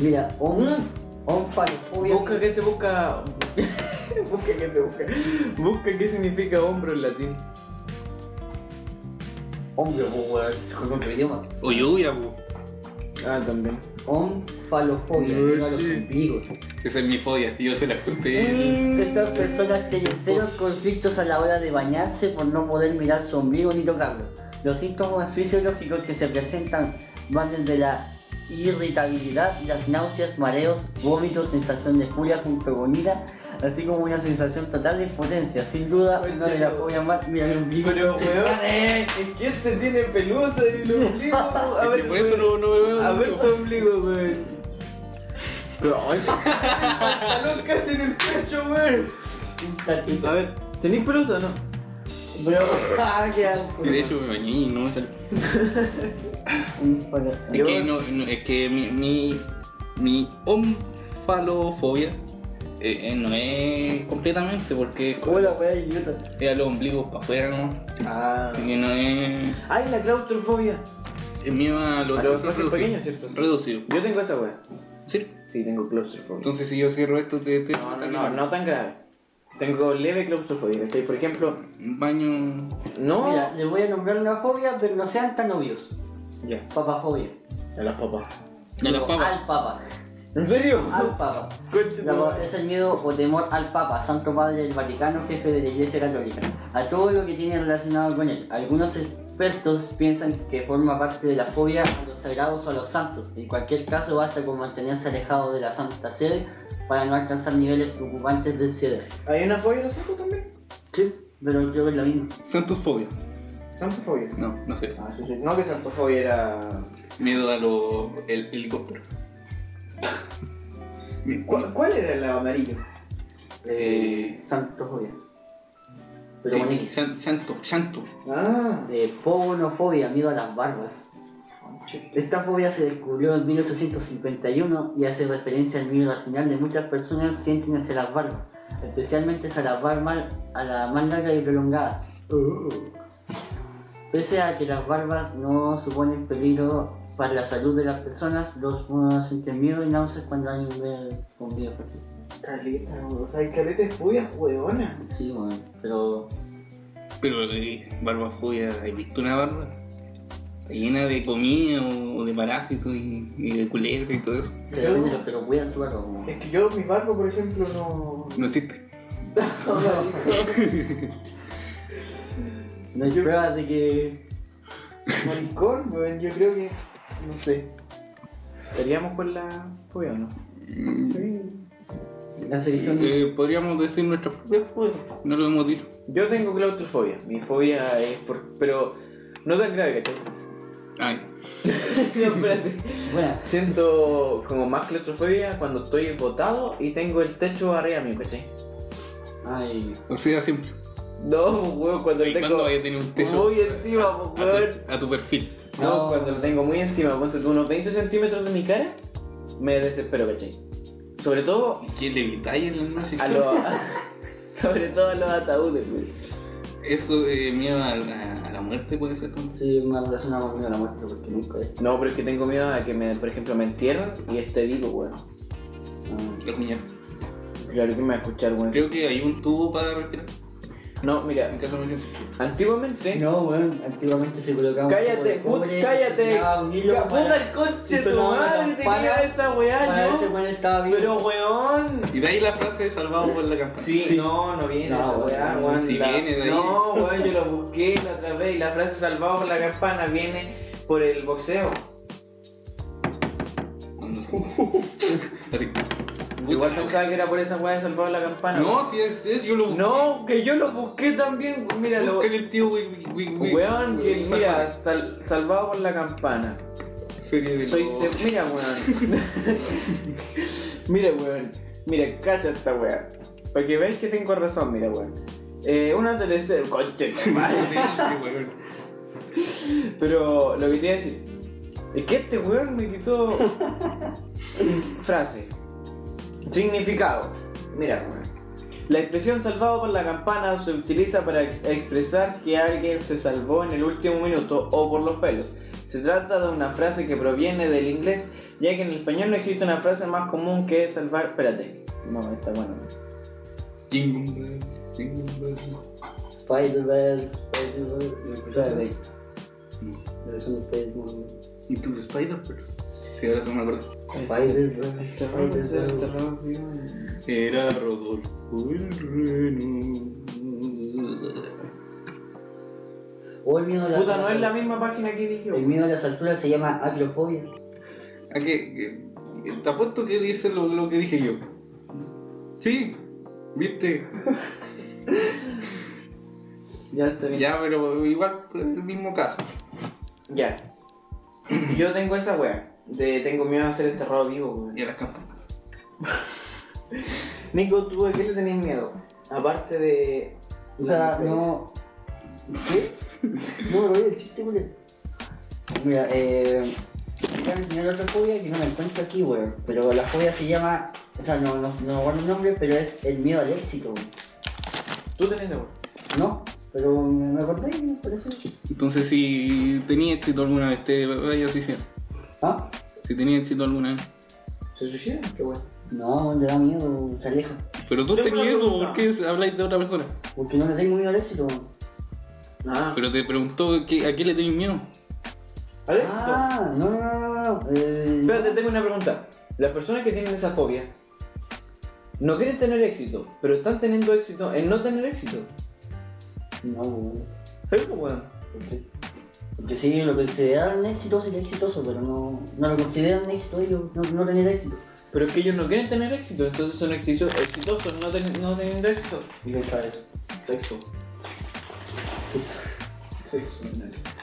Mira, hom- onfalofobia.
Busca que se busca. busca que se busca. Busca qué significa hombro en latín.
Hombro, weón, es con otro idioma.
O lluvia, pues. po.
Ah, también.
Onfalofobia,
No,
miedo a los
sí.
ombligos.
Esa es mi fobia, y yo se la conté.
Mm.
Estas personas tienen cero conflictos a la hora de bañarse por no poder mirar su ombligo ni tocarlo. Los síntomas fisiológicos que se presentan van desde la irritabilidad, las náuseas, mareos, vómitos, sensación de furia junto con ira, así como una sensación total de impotencia. Sin duda, una de las fobias más... Mira mi ombligo.
Pero weón, es que este tiene pelusa en el ombligo. A
Es que
ver,
por eso no, no me veo.
a ver tu ombligo, weón. Pantalón casi en el pecho, weón. A ver, ¿tenéis pelusa o no?
Bro, ah, qué asco.
Y de hecho me bañé y no me salió.
Un palo-
Es que, no, no, es que mi, mi, mi onfalofobia eh, eh, no es completamente porque es
Hola, weá, idiota.
es a los ombligos para afuera, ¿no?
Ah.
Así que no es.
Ay, la claustrofobia.
Es miedo a los,
A los
espacios
espacios pequeños, ¿cierto? Sí.
Reducido.
Yo tengo esa weón.
Sí.
Sí, tengo claustrofobia.
Entonces, si yo cierro esto, te. te
No, no, no, no tan grave. Tengo leve claustrofobia, ¿cachai? Por ejemplo,
Un baño.
no.
Mira, les voy a nombrar una fobia, pero no sean tan obvios.
Ya,
Papafobia.
a las papas.
De las papas.
Al papa.
¿En serio?
Al papa.
Coche,
La
no.
pa- es el miedo o temor al Papa, Santo Padre del Vaticano, jefe de la Iglesia Católica, a todo lo que tiene relacionado con él. Algunos expertos piensan que forma parte de la fobia a los sagrados o a los santos. En cualquier caso, basta con mantenerse alejado de la Santa Sede para no alcanzar niveles preocupantes del CEDER.
¿Hay una fobia en los santos también?
Sí, pero creo que es lo mismo.
Santofobia.
¿Santofobia?
No, no sé.
Ah, sí, sí. No que santofobia era...
Miedo a los hel- helicópteros.
¿Cuál, cuál era el amarillo?
Eh,
Santofobia. Pero
sí,
con X.
san- santo, santo.
Ah.
Eh, Fogonofobia, miedo a las barbas. Esta fobia se descubrió en 1851 y hace referencia al miedo racional de muchas personas sienten hacia las barbas, especialmente hacia las barbas a la más largas y prolongadas. Pese a que las barbas no suponen peligro para la salud de las personas, los humanos sienten miedo y náuseas cuando alguien ve con vida fácil.
Caleta, weón. O sea, hay caleta de fobias, weona.
Sí, bueno, pero
Pero eh, barbafobia, ¿has visto una barba? Está Llena de comida o, o de parásitos y, y de culebra y todo eso.
se depende de lo que lo cuida su barba. como-
Es que yo, mi barba, por ejemplo, no.
No existe.
No hay pruebas de que
Maricón, weón. Yo creo que. No sé. ¿Estaríamos con la fobia o no?
la selección
Eh, podríamos decir nuestra
Yo, fobia.
No lo hemos dicho.
Yo tengo claustrofobia. Mi fobia es por. Pero. No tan grave, ¿cachai?
Ay,
No, espérate.
Bueno,
Siento como más claustrofobia cuando estoy botado y tengo el techo arriba mío, ¿cachai?
ay,
o sea, siempre.
No, pues, weón, cuando
¿Y
tengo.
cuándo vaya a tener un techo?
Muy encima,
a,
pues,
a
weón.
tu, a tu perfil.
No,
No.
cuando lo tengo muy encima, ponte tú unos 20 centímetros de mi cara, me desespero, ¿cachai? Sobre todo
¿Qué le evitáis en la noche?
a los. sobre todo a los ataúdes, güey.
Eso eh, miedo a la, a la muerte puede ser. ¿no?
sí, me relacionamos con la muerte porque nunca es.
No, pero es que tengo miedo a que, me, por ejemplo, me entierren y este vivo, güey.
Ah,
Los niños.
Claro que me va a escuchar, güey.
Creo que hay un tubo para respirar
No, mira,
en caso de emergencia.
antiguamente.
No, weón, antiguamente se colocaba. un poco de
Cállate, put,
cobre,
cállate.
sonaba un hilo
Ca- Puta
para-
el coche,
y
tu
sonaba una
madre,
campana
tenía esa
Para
weá,
ver si
yo.
bueno estaba vivo.
Pero weón.
Y de ahí la frase salvado por la campana.
Sí, no, no viene
No,
esa
weón,
weá, weón.
si
la-
viene de ahí.
No, weón, yo lo busqué la otra vez y la frase salvado por la campana viene por el boxeo.
No sé. Así.
Igual pensaba que era por esa weá de salvado por la campana.
No, si es, es yo lo busqué.
No, que yo lo busqué también, mira, lo.
Busca en el tío, güey, güey, güey, güey.
Weón, que
Salva-
mira, sal- salvado por la campana.
Serie de
Estoy
los-
se- Mira, weón. mira, weón. Mira, cacha esta weá. Para que veáis que tengo razón, mira, weón. Eh, una adolescente. Conche, tu madre.
Weón.
Pero lo que te iba a decir es que este weón me quitó. frase. Significado. Mira, weón. La expresión salvado por la campana se utiliza para ex- expresar que alguien se salvó en el último minuto o por los pelos. Se trata de una frase que proviene del inglés, ya que en el español no existe una frase más común que salvar. Espérate. No, está bueno.
Jingle bells, jingle bells.
Spider-Man, Spider-Man.
Espérate. Mm.
Pero son Spider-Man.
Eh,
Y tu Spider-Verse. Sí, ahora se me acuerdo.
Spider-Man, Spider-Man.
Era Rodolfo el Reno.
O el miedo a la
Puta, no es la misma página que vi yo.
El miedo a las alturas se llama acrofobia.
¿A qué? qué- Te apuesto Ah, que dice lo, lo que dije yo. Sí, viste.
Ya está bien.
Ya, pero igual fue el mismo caso.
Ya. Yo tengo esa wea. De tengo miedo a ser enterrado vivo, weón.
Y a las campanas.
Nico, ¿tú a qué le tenés miedo? Aparte de.
O sea, no. ¿Qué? No, lo el chiste, boludo. Mira, eh. Voy a enseñar otra fobia que no me encuentro aquí, weón. Pero la fobia se llama. O sea, no, no, no guardo el nombre, pero es el miedo al éxito, weón.
Tú tenés miedo.
¿No? Pero me me acordé y me pareció.
Entonces, si tenía éxito alguna vez, te vaya a suicidar.
¿Ah?
Si tenía éxito alguna vez.
¿Se suicida? Qué wea.
No, le da miedo, weón, se aleja.
Pero tú
Tengo
tenías
una
eso,
pregunta.
¿por qué habláis de otra persona?
Porque no le tengo miedo al éxito, weón.
Ah.
Pero te preguntó que- a qué le tenéis miedo.
¿Al éxito?
Ah, no, no, no, no, no. Eh,
Espérate, tengo una pregunta. Las personas que tienen esa fobia no quieren tener éxito, pero están teniendo éxito en no tener éxito.
No, weón.
¿Sabes, weón?
Porque- Porque sí, lo consideraron éxito sería exitoso, pero no, no lo consideran éxito ellos, no, no tener éxito.
Pero es que ellos no quieren tener éxito, entonces son exito- exitosos no, ten- no teniendo éxito.
Y pensar eso.
Sexo.
Sí, sí.
Sexo.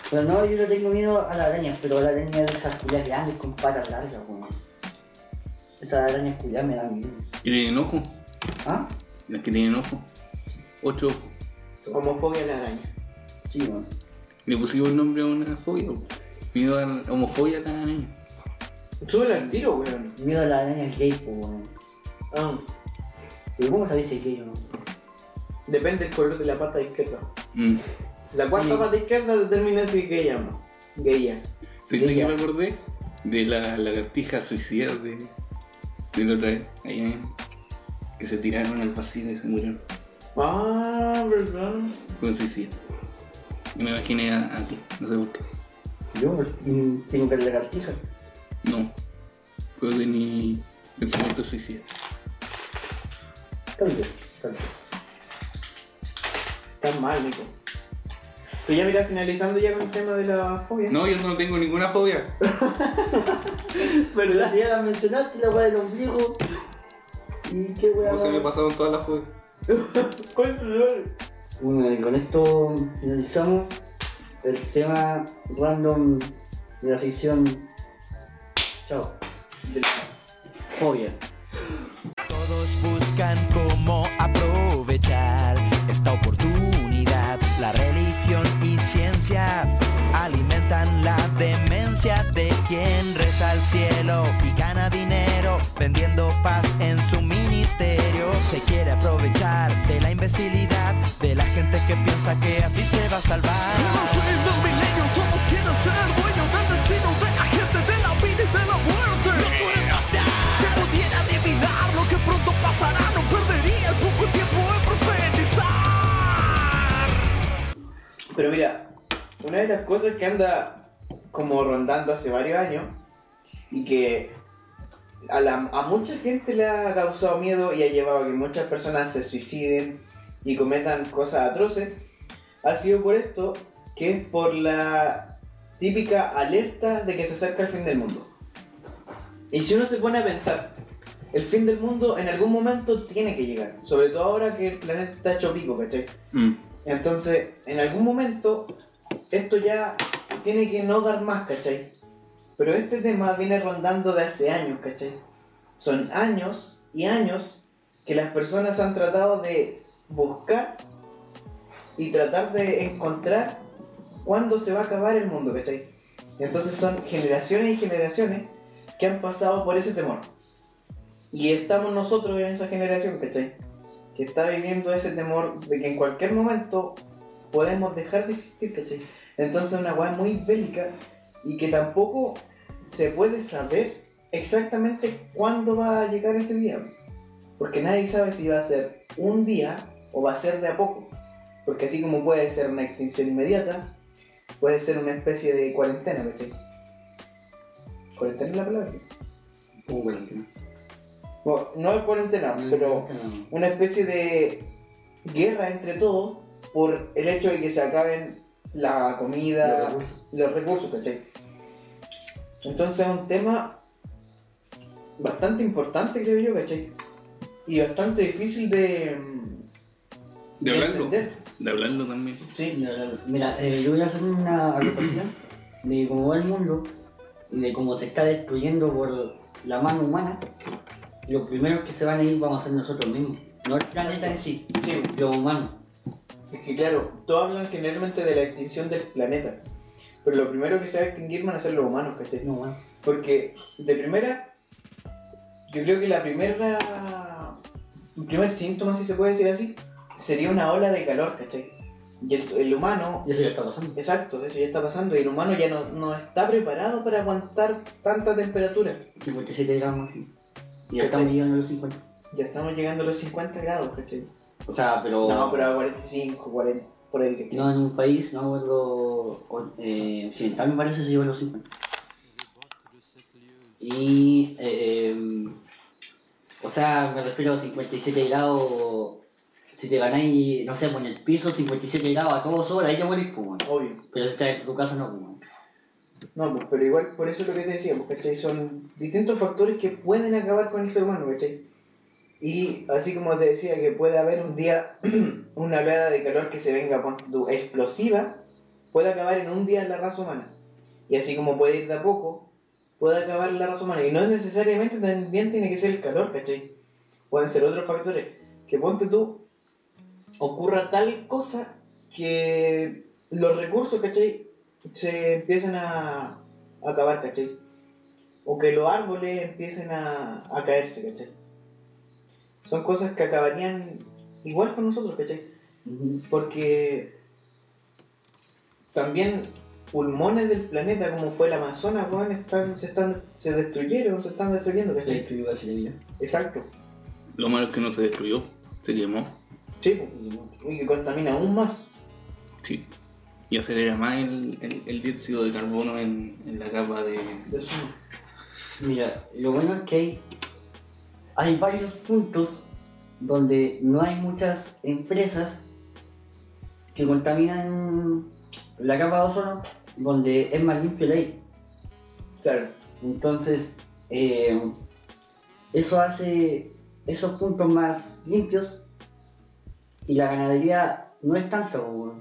Pero no, yo le tengo miedo a las arañas, pero a las arañas de esas culias grandes con patas largas, weón. Esas arañas culias me dan miedo.
Que tienen ojo.
¿Ah?
Las que tienen ojo. Ocho ojos.
Homofobia a la araña.
Sí, weón.
Le pusimos nombre a una fobia. Miedo a la homofobia a la niña.
Súbela al tiro, weón.
Miedo a la araña gay, pues, weón.
Ah,
Pero ¿cómo sabéis si es gay o no?
depende del color de la pata izquierda.
Mm.
La cuarta
Sí.
pata izquierda determina si es gay o no. Gay ya.
¿Sabes de qué
Ella.
me acordé? De la lagartija suicida de, de la otra vez, ahí mismo. Que se tiraron al pasillo y se murieron.
Ah, verdad.
Fue un suicida. Y me imaginé a, a ti, no sé por qué.
Yo, mm, sin ver la cartija.
No. Fue de mi pensamiento suicida.
Tal vez, tal vez.
Estás mal, Nico. Pero ya mira, finalizando ya con el tema de la fobia.
No, yo no tengo ninguna fobia.
Pero si ya la mencionaste, la weá del ombligo. ¿Y qué weá?
No se me
más?
pasaron todas las fobias.
¿Cuál es el
Bueno, y con esto finalizamos el tema random de la sección. Chao.
de la-
Fobia.
Todos buscan cómo aprovechar esta oportunidad. La religión y ciencia alimentan la demencia de quien reza al cielo y gana dinero vendiendo paz en su ministerio. Se quiere aprovechar de la imbecilidad de la gente que piensa que así se va a salvar.
Los milenios todos quieren ser dueños del destino de la gente, de la vida y de la muerte. No pueden hacer. Si pudiera adivinar lo que pronto pasará, no perdería el poco tiempo en profetizar.
Pero mira, una de las cosas que anda como rondando hace varios años y que a, la- a mucha gente le ha causado miedo y ha llevado a que muchas personas se suiciden y cometan cosas atroces, ha sido por esto que es por la típica alerta de que se acerca el fin del mundo. Y si uno se pone a pensar, el fin del mundo en algún momento tiene que llegar, sobre todo ahora que el planeta está hecho pico, ¿cachai?
Mm.
Entonces, en algún momento, esto ya tiene que no dar más, ¿cachai? Pero este tema viene rondando de hace años, ¿cachai? Son años y años que las personas han tratado de buscar y tratar de encontrar cuándo se va a acabar el mundo, ¿cachai? Entonces son generaciones y generaciones que han pasado por ese temor. Y estamos nosotros en esa generación, ¿cachai? que está viviendo ese temor de que en cualquier momento podemos dejar de existir, ¿cachai? Entonces una weá muy bélica y que tampoco se puede saber exactamente cuándo va a llegar ese día. Porque nadie sabe si va a ser un día o va a ser de a poco. Porque así como puede ser una extinción inmediata, puede ser una especie de cuarentena, ¿cachai? ¿Cuarentena es la palabra?
Oh,
¿Cómo cuarentena?
Bueno, no es cuarentena,
Mm.
pero una especie de guerra entre todos por el hecho de que se acaben la comida, los recursos, ¿cachai? Entonces es un tema bastante importante, creo yo, ¿cachai? Y bastante difícil de,
De hablarlo.
entender.
De hablarlo también.
Sí.
Mira, la- Mira, eh, yo voy a hacer una agrupación de cómo va el mundo y de cómo se está destruyendo por la mano humana. Los primeros que se van a ir vamos a ser nosotros mismos. No el planeta en sí,
sí.
los humanos.
Es que claro, todos hablan generalmente de la extinción del planeta. Pero lo primero que se va a extinguir van a ser los humanos, ¿cachai?
No, bueno.
Porque de primera, yo creo que la primera. El primer síntoma, si se puede decir así, sería una ola de calor, ¿cachai? Y el, el humano.
Y eso ya está pasando.
Exacto, eso ya está pasando. Y el humano ya no, no está preparado para aguantar tanta temperatura.
57 gramos. sí. Y ya
¿Cachai?
estamos llegando a los 50.
Ya estamos llegando a los 50 grados, ¿cachai?
O sea, pero.
No, pero a 45, 40, por ahí. ¿cachai?
Yo en un país, Oh. no me acuerdo, o- eh, occidental me parece, se llevó los 50. Y, eh, em, o sea, me refiero a 57 grados, si te ganáis, no sé, por el piso, 57 grados a todo sol, ahí te morís, pues, bueno.
Obvio.
Pero si estás en tu casa, no, pues, bueno.
No, pues, pero igual por eso es lo que te decíamos, ¿cachai? Son distintos factores que pueden acabar con el ser humano, ¿cachai? Y así como te decía que puede haber un día una oleada de calor que se venga ponte tú, explosiva, puede acabar en un día la raza humana. Y así como puede ir de a poco, puede acabar la raza humana. Y no necesariamente también tiene que ser el calor, ¿cachai? Pueden ser otros factores. Que ponte tú, ocurra tal cosa que los recursos, ¿cachai? se empiezan a, a acabar, ¿cachai? O que los árboles empiecen a, a caerse, ¿cachai? Son cosas que acabarían igual con nosotros, ¿cachai?
Ujú.
Porque también pulmones del planeta, como fue el Amazonas, weón, están, se, están, se destruyeron, se están destruyendo,
Se
¿cachai?
destruyó Brasilia.
Exacto.
Lo malo es que no se destruyó, se quemó,
Sí, po. y que contamina aún más.
sí. Y acelera más el, el, el dióxido de carbono en, en la capa de.
de su-
Mira, lo bueno es que hay, hay varios puntos donde no hay muchas empresas que contaminan la capa de ozono, donde es más limpio el aire.
Claro.
Entonces, eh, eso hace esos puntos más limpios y la ganadería no es tanto.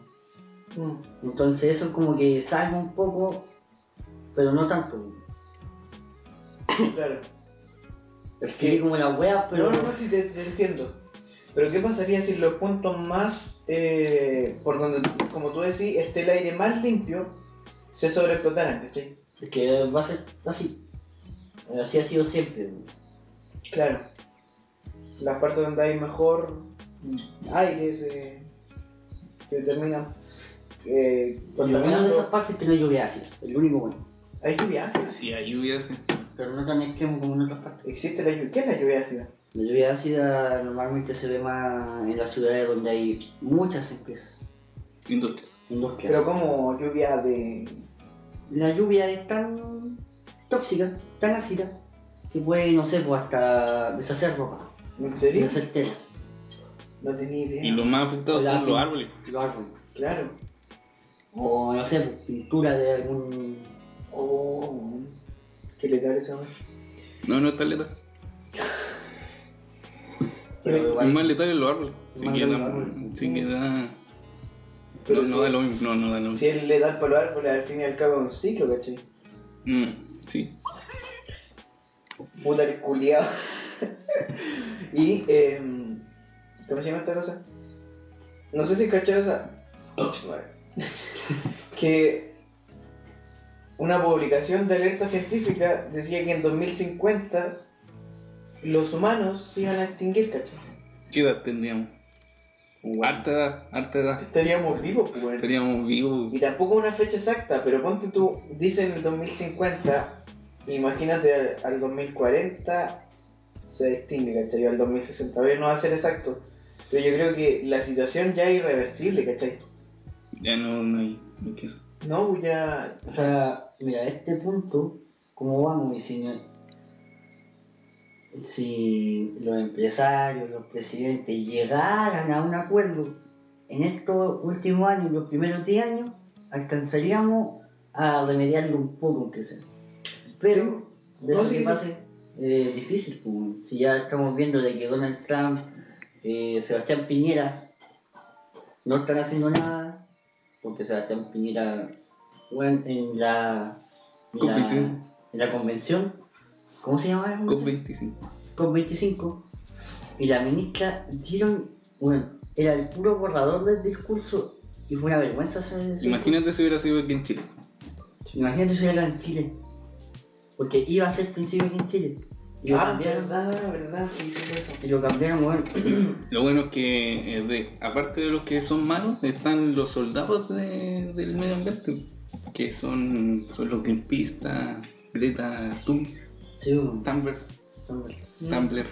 Mm. Entonces, eso como que salva un poco, pero no tanto. weón.
Claro. Es
Tiene
que.
como las weas, pero.
No, no, no, sí, te, te entiendo. Pero ¿qué pasaría si los puntos más. eh, por donde, como tú decís, esté el aire más limpio, se sobreexplotaran, ¿cachai?
Es que va a ser así. Así ha sido siempre.
Claro. Las partes donde hay mejor aire se, se terminan eh,
Por lo menos de esas
contaminando.
partes que no llueve así. El único bueno.
¿Hay lluvia ácida?
Si hay lluvia, sí.
Pero no tan extremo como en otras partes.
¿Existe la lluvia? ¿Qué es la lluvia ácida?
La lluvia ácida normalmente se ve más en las ciudades donde hay muchas empresas.
Industria.
Industrias.
Pero como lluvia de...
La lluvia es tan tóxica, tan ácida, que puede, no sé, pues hasta deshacer ropa,
¿En serio?
deshacer tela,
No tenía
Y
idea.
los más afectados
Hola.
son los árboles.
los árboles.
Claro.
O no sé, pues, pintura de algún.
Oh, qué letal esa weá.
No, no es tan letal.
Pero,
Es más letal en los árboles. Si
Más letal en los
queda.
árboles.
Si queda.
Pero
no, no
sí.
da lo mismo, no, no da lo mismo.
Si es letal para los árboles, al fin y al cabo es un ciclo, ¿cachai?
Mm, sí.
Puta que culiado. y, eh, ¿cómo se llama esta cosa? No sé si cachar esa. que una publicación de alerta científica decía que en 2050 los humanos se iban a extinguir, ¿cachai?
¿Qué edad tendríamos? Harta edad, harta edad.
Estaríamos vivos, pues. weón.
Estaríamos vivos.
Y tampoco una fecha exacta, pero ponte tú, dicen el 2050, imagínate al, al 2040 se extingue, ¿cachai? O al 2060, Oye, no va a ser exacto. Pero yo creo que la situación ya es irreversible, ¿cachai?
Ya no, no hay. No hay que hacer.
No, pues ya...
O sea, mira, este punto, ¿cómo vamos? Y si, no- si los empresarios, los presidentes llegaran a un acuerdo en estos últimos años, los primeros 10 años, alcanzaríamos a remediarlo un poco, aunque sea. Pero, de
No,
eso
sí,
que
sí.
pase, eh, difícil, pues, si ya estamos viendo de que Donald Trump, eh, Sebastián Piñera, no están haciendo nada, porque Sebastián Piñera bueno, en la en la,
COP25.
en la convención, ¿cómo se llama? la convención?
COP25.
COP25, y la ministra dieron, bueno, era el puro borrador del discurso y fue una vergüenza hacer eso.
Imagínate si hubiera sido aquí en Chile.
Imagínate si era en Chile, porque iba a ser principio aquí en Chile, y lo
Ah,
cambiaron,
verdad, verdad, sí, sí, eso.
y lo cambiaron, bueno,
Lo bueno es que, eh, de- aparte de los que son malos, están los soldados de- del medio ambiente, que son, son los greenpeaceistas, Greta Thun-
sí, bueno,
Thunberg,
son-
Tumblr.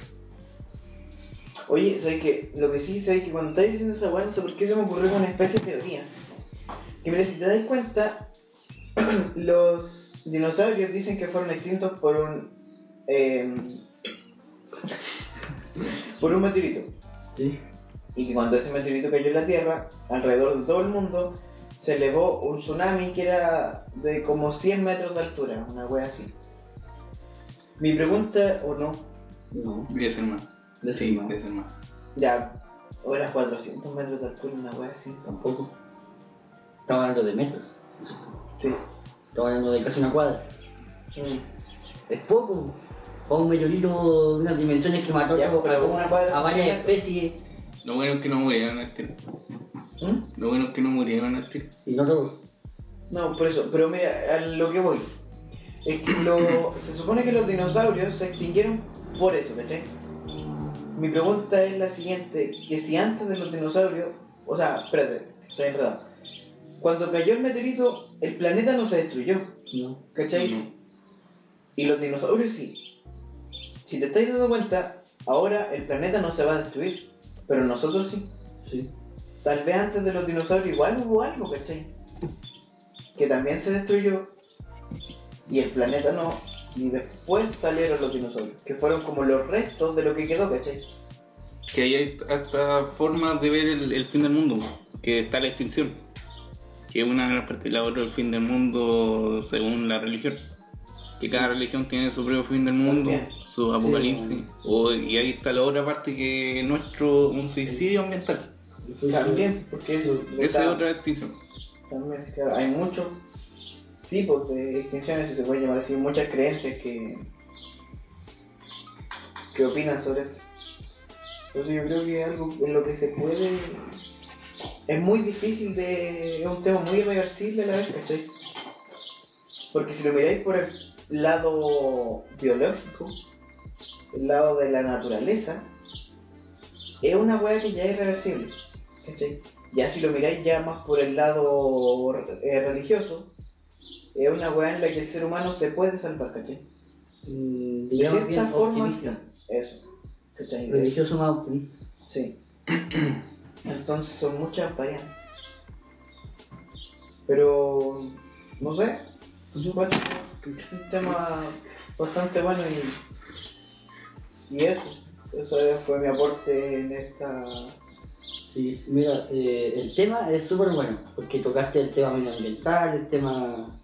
Oye, ¿sabes qué? Lo que sí, ¿sabes que Cuando estáis diciendo esa weá, no sé por qué se me ocurrió una especie de teoría. Que mira, si te das cuenta, los dinosaurios dicen que fueron extintos por un... em, por un meteorito.
sí,
Y que cuando ese meteorito cayó en la Tierra, alrededor de todo el mundo, se elevó un tsunami que era de como 100 metros de altura, una wea así. Mi pregunta, o no,
no,
Debe ser más.
de eso
Sí,
no,
debe ser más.
ya, o era 400 metros de altura, una wea así.
tampoco, estamos hablando de metros,
Sí.
estamos hablando de casi una cuadra.
Mm.
Es poco. O un meteorito de unas dimensiones que mató
Ya,
a,
pero
a-
una cuadra
a varias
social.
especies
Lo bueno es que no murieron al tiro.
¿Mm?
Lo bueno es que no murieron al tiro.
y no todos.
No, por eso, pero mira, a lo que voy. Es que lo- se supone que los dinosaurios se extinguieron por eso, ¿cachai? Mi pregunta es la siguiente, que si antes de los dinosaurios, o sea, espérate, estoy enredado. Cuando cayó el meteorito, el planeta no se destruyó,
No.
¿cachai?
Mm.
Y los dinosaurios sí. Si te estáis dando cuenta, ahora el planeta no se va a destruir, pero nosotros sí.
Sí.
Tal vez antes de los dinosaurios igual hubo algo, ¿cachai? Que también se destruyó y el planeta no. Y después salieron los dinosaurios, que fueron como los restos de lo que quedó, ¿cachai?
Que ahí hay hasta formas de ver el, el fin del mundo, que está la extinción, que es una de las partes la otra del fin del mundo según la religión. Que cada religión tiene su propio fin del mundo,
También.
su apocalipsis. O- y ahí está la otra parte que es nuestro un suicidio ambiental.
Eso
También, porque eso.
Esa es
está-
otra extinción.
También, claro, hay muchos tipos de extinciones, si se puede llamar así, muchas creencias que. que opinan sobre esto. Entonces yo creo que es algo en lo que se puede. Es muy difícil de. es un tema muy irreversible a la vez, ¿cachai? Porque si lo miráis por el lado biológico, el lado de la naturaleza, es una weá que ya es irreversible, ¿cachai? Ya si lo miráis ya más por el lado eh, religioso, es una weá en la que el ser humano se puede salvar, ¿cachai?
Mm,
De
digamos
cierta
bien
forma,
optimista.
eso, ¿cachai? De-
Religioso más optimista.
Sí. Entonces son muchas variantes. Pero, no sé, es un un tema bastante bueno y, y eso. Eso fue mi aporte en esta...
Sí, mira, eh, el tema es súper bueno, porque tocaste el tema medioambiental, el tema...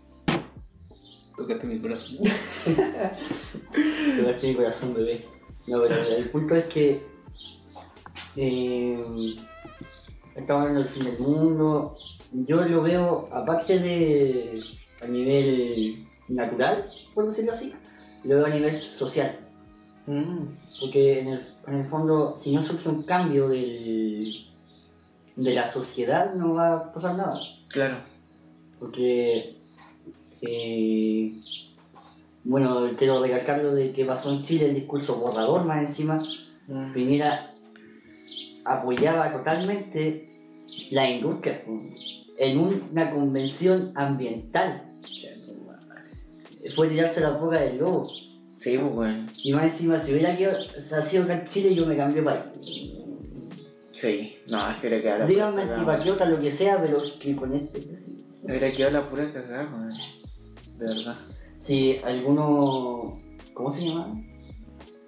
Tocaste mi corazón.
Tocaste mi corazón, bebé. No, pero el punto es que... eh, estamos hablando del fin del mundo. Yo lo veo, aparte de... a nivel natural, por decirlo así, lo veo a nivel social. Porque en el, en el fondo, si no surge un cambio del, de la sociedad, no va a pasar nada.
Claro.
Porque, eh, bueno, quiero recalcarlo de que pasó en Chile el discurso borrador más encima. Mm. Primera apoyaba totalmente la industria en una convención ambiental. Fue tirarse la boca del lobo.
Sí, pues bueno.
Y más encima, si hubiera quedado, se ha sido acá en Chile, yo me cambié para
Sí. No, es que era que habla
Díganme antipatriota, lo que sea, pero que con este.
Era que habla pura cagada, weón. De verdad.
Si alguno. ¿Cómo se llama?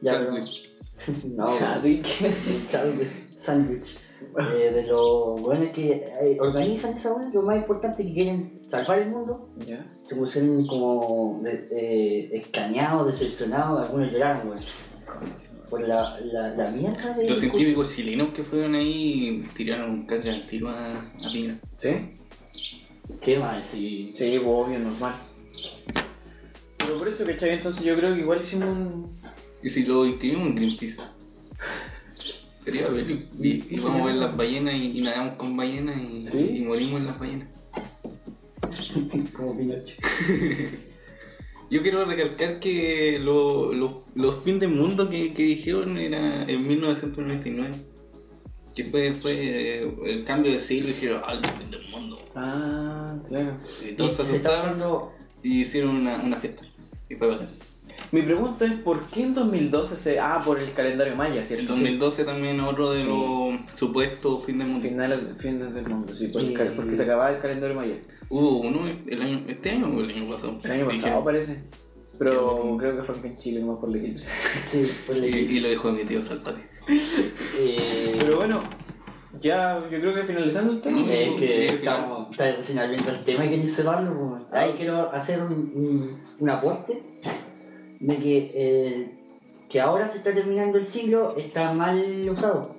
Chadwick.
pero- no, el Chadwick Sandwich. Eh, de los buenos que eh, organizan esa hueá, lo más importante que quieren salvar el mundo,
¿Ya?
se pusieron como de- eh, extrañados, decepcionados, algunos lloraron, weón. Por la, la, la mierda de.
Los científicos chilenos que fueron ahí tiraron caca al tiro a, a Piñera.
¿Sí?
Qué mal, sí.
Sí, pues obvio, normal. Pero por eso, ¿cachai? Entonces yo creo que igual hicimos un...
Y si lo inscribimos en Greenpeace. Sería bello. Y, y vamos a ver las ballenas y, y nadamos con ballenas y,
¿Sí?
y morimos en las ballenas.
Como Pinochet.
Yo quiero recalcar que lo- lo- los fin del mundo que, que dijeron era en 1999. Que fue, fue eh, el cambio de siglo y dijeron, ah, el fin del mundo.
Ah, claro.
Y todos se
Se está
asustaron
usando
y hicieron una, una fiesta. Y fue bacán.
Mi pregunta es, ¿por qué en 2012 se... Ah, por el calendario maya,
El
¿cierto?
2012 también otro de
Sí.
los supuestos fin del mundo.
Final, final del mundo, sí, por el
Mm.
cal- porque se acababa el calendario maya.
Hubo uno el año, este año o el año pasado.
El año
Dijeron-
pasado parece. Pero creo que fue acá en Chile, no por la eclipse.
Sí, por
Y,
la
y lo dejó mi tío Salpati.
Eh,
Pero bueno, ya yo creo que finalizando el tema.
es que
Sí, sí,
estamos está recién abriendo el tema y queréis cerrarlo. pues. Ahí quiero hacer un, un, un aporte de que, eh, que ahora se está terminando el siglo está mal usado.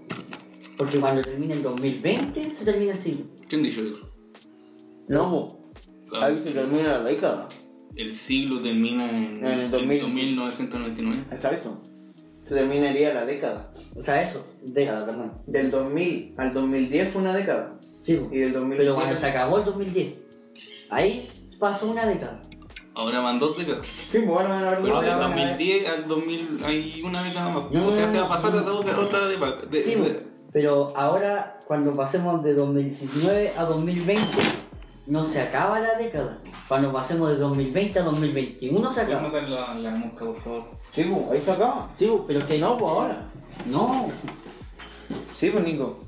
Porque cuando termine el 2020 se termina el siglo.
¿Quién dijo eso? Ah,
No,
Ah,
po. ahí se termina la década.
El siglo termina en,
En el 2000.
2999.
Exacto. Se terminaría la década.
O sea, eso, década, perdón.
Del 2000 al 2010 fue una década.
Sí, pues.
Y del 2010.
pero cuando se acabó el 2010, Ahí pasó una década.
Ahora van dos décadas.
Sí, pues bueno,
Ah,
van a ver
Pero
dos,
del
van a ver-
2010 al 2000 hay una década más.
No,
o sea,
no,
se va a
no,
pasar
no.
a otra, otra década. De,
Sí,
de-
bo, pero ahora cuando pasemos de 2019 a 2020, no se acaba la década. Cuando pasemos de 2020 a 2021 se
¿Puedes
acaba.
matar la, la mosca, por favor?
Sí, pues, ahí está acá.
Sí, bo, pero que
No, pues ahora.
No.
Sí, pues Nico.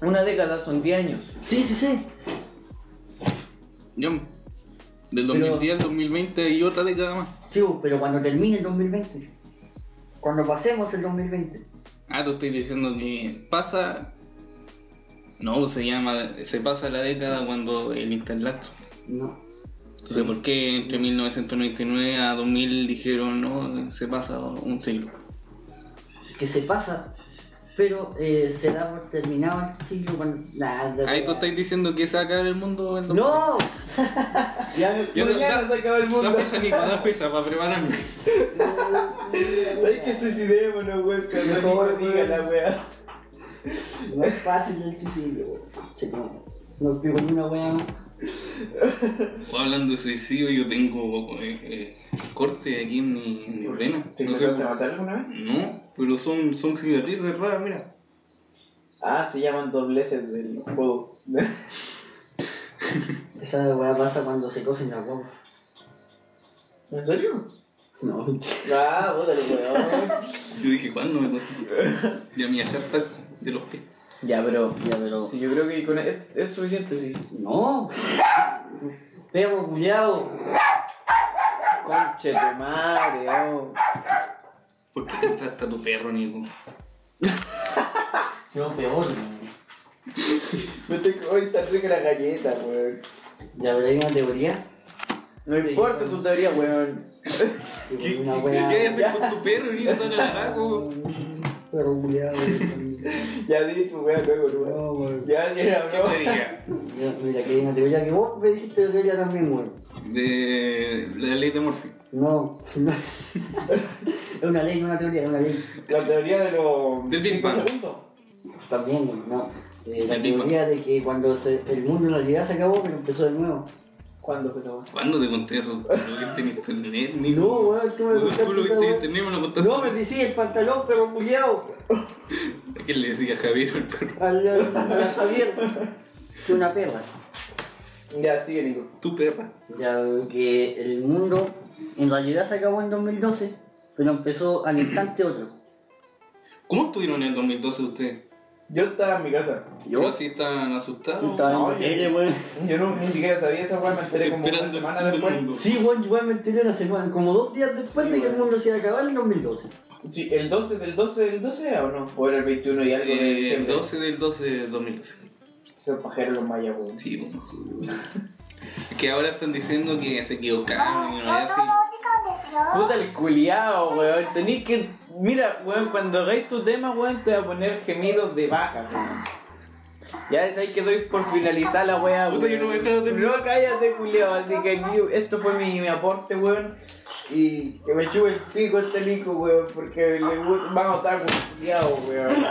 Una década son 10 años.
Sí, sí, sí.
Yo, del 2010 al 2020 hay otra década más.
Sí, bo, pero cuando termine el 2020. Cuando pasemos el 2020.
Ah, tú estás diciendo que pasa. No, se llama. Se pasa la década cuando el interlacto.
No.
Entonces, ¿por qué entre 1999 a 2000 dijeron no? Se pasa un siglo.
Que se pasa. Pero eh, se da por terminado el siglo cuando... Nah, de-
Ahí tú estás diciendo que se va a acabar el mundo en 2000.
¡No!
Ya,
Ya no-
mañana
ya-
se acaba el mundo.
Da fecha, Nico, da fecha para prepararme.
¿Sabes que suicidémonos, güey? Cuando
Mejor,
Nico diga
güey.
la wea.
No es fácil el suicidio, bo. Che, no. No pico ni una wea más.
O hablando de suicidio, yo tengo eh, eh, corte aquí en mi, en mi vena.
¿Te
No, sé,
intentaste matar alguna vez?
no, pero son, son cicatrices raras, mira.
Ah, se llaman dobleces del juego.
Esa weá pasa cuando se cocen las guaguas.
¿En serio?
No,
Ah, puta el weón.
Yo dije, ¿cuándo me pasó? Ya me hallar talco de los pies.
ya, pero.
ya, pero.
Sí, yo creo que con es, es suficiente, sí.
No. Perro culiao.
Conche tu madre, oh.
¿Por qué castraste a tu perro, Nico?
Yo peor.
No te hoy está rica la galleta, weón.
Ya, pero hay una teoría.
No importa tu teoría, weón.
que
¿Qué,
una
qué-
weá-
qué haces con tu perro, Nico? Tan alaraco.
Perro culiao.
Ya di tu weón luego, weón.
No, weón.
Ya, ya,
¿Qué
bro.
te diría?
Mira, mira, que hay una teoría que vos me dijiste de teoría también, weón.
De la ley de Murphy.
No, no. es una ley, no una teoría, es una ley.
La teoría de los.
Del Big Bang.
También, weón, no. Eh, la
Del Big Bang.
teoría de que cuando se- el mundo en realidad se acabó, pero empezó de nuevo.
¿Cuándo empezó?
¿Cuándo te conté eso? ¿Lo viste en internet, Nico?
No, weón, tú me
Weón,
contaste
Tú lo viste
esa
en
weá.
internet, me lo contaste.
No me decís el pantalón, pero culiao.
¿A qué le decía Javier al perro?
Al, al, al Javier. Que una perra.
Ya, sigue, Nico.
Tu perra.
Ya que el mundo en realidad se acabó en 2012, pero empezó al instante otro.
¿Cómo estuvieron en el 2012 ustedes?
Yo estaba en mi casa.
Yo sí estaban asustados.
Estaba en la
Oye.
tele, weón.
Yo no, ni siquiera sabía esa weón, me enteré como una
Esperando el
semana
fin del
después.
mundo.
Sí, weón, yo me enteré la semana, como dos días después de que el mundo se iba a acabar en 2012.
Sí, el 12 del 12 del 12 era o no? O era el 21 y algo de
Eh, el
diciembre.
12 del 12 del 2012.
Se pajeros los mayas, weón.
Sí, bueno. Es que ahora están diciendo que se equivocaron y no es así.
Puta el culiao, weón. Tenís que. Mira, weón, cuando hagáis tu tema, weón, te voy a poner gemidos de vaca, weón. Ya es ahí que doy por finalizar la weá, weón.
Puta, yo no me dejaron terminar.
No, cállate, culiao. Así que aquí, esto fue mi, mi aporte, weón. Y que me chupe el pico este Nico, weón, porque le gu- van a estar culiao, weón.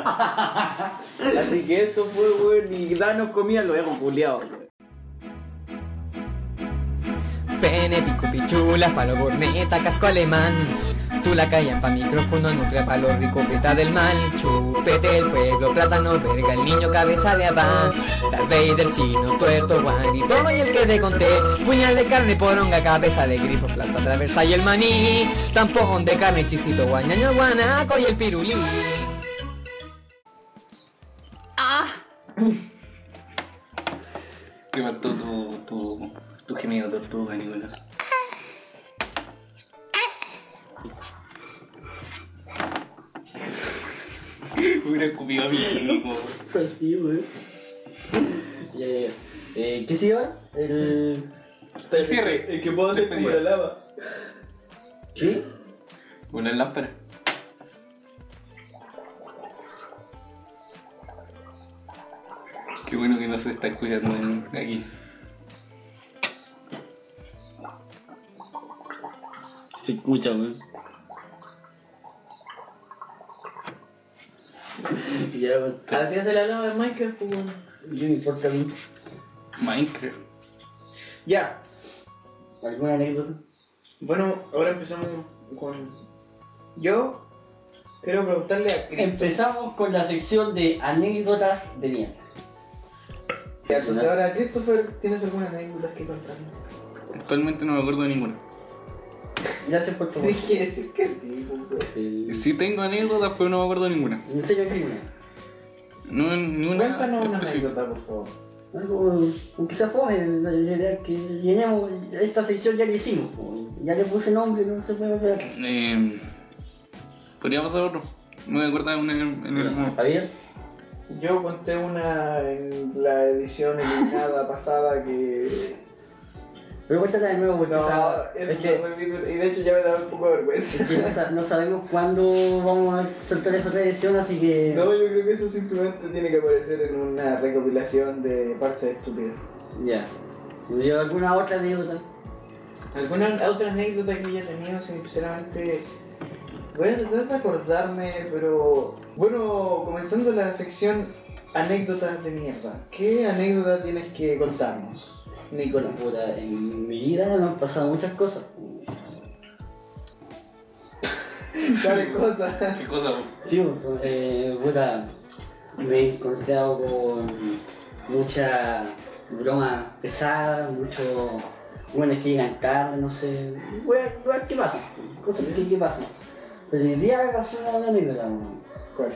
Así que eso fue, weón, y danos comida luego, culiao, weón.
Pene, pico, pichula, palo, corneta, casco alemán. Tú la callan pa' micrófono, nutria pa' los ricos, grita del mal. Chupete el pueblo, plátano, verga, el niño, cabeza de abad. Darth Vader, chino, tuerto, guaritono y el que te conté. Puñal de carne, poronga, cabeza de grifo, planta traversa y el maní. Tampón de carne, chisito, guañaño, guanaco y el pirulí.
Te mató tu, tu, tu gemido tortuga, Nicolás. Hubiera escupido a mí, Nico.
Pues sí, weón. Ya, ya, ya. Eh, ¿Qué sigue ahora? El.
El cierre.
El que puedo hacer como la lava.
¿Sí?
Con la lámpara. Qué bueno que no se está escuchando en- aquí.
Se escucha, weón. Ya, weón.
Así hace la lava de Minecraft, weón.
Yo me importa a mí.
Minecraft.
Ya.
¿Alguna anécdota?
Bueno, ahora empezamos con. Yo quiero preguntarle a Cristo.
Empezamos con la sección de anécdotas de mierda.
Ya, Entonces ahora, Christopher, ¿tienes alguna anécdota que contarme?
Actualmente no me acuerdo de ninguna.
Gracias por tu
Tienes que decir que sí, pues,
Sí tengo anécdotas, pero no me acuerdo de ninguna.
En serio, ninguna.
No, ni una
Cuéntanos una
específica.
anécdota, por favor.
Algo, aunque sea fome, la- la idea que llenemos esta sección ya la hicimos. po. Ya le puse nombre, no se puede volver atrás.
Eh, Podría pasar otro. No me acuerdo de una en en el
¿Está bien?
Yo conté una en la edición eliminada pasada que.
Pero cuéntala de nuevo porque
No,
esa-
eso
es
fue
que,
muy ridículo, Y de hecho ya me da un poco de vergüenza.
es que no, sa- no sabemos cuándo vamos a soltar esa otra edición, así que...
No, yo creo que eso simplemente tiene que aparecer en una recopilación de partes estúpidas.
Ya. ¿Y alguna otra anécdota?
¿Alguna otra anécdota que haya tenido? Sinceramente, voy a tratar de acordarme, pero bueno, comenzando la sección anécdotas de mierda. ¿Qué anécdota tienes que contarnos, Nicolás?
Puta, en mi vida me han pasado muchas cosas.
Dale cosa.
¿Qué cosa?
Sí, eh, puta, me he encontrado con mucha broma pesada, mucho bueno que llegan tarde, no sé, weas, weas que pasan, cosas que, que pasan. Pero el día me pasó una anécdota, weón.
¿Cuál?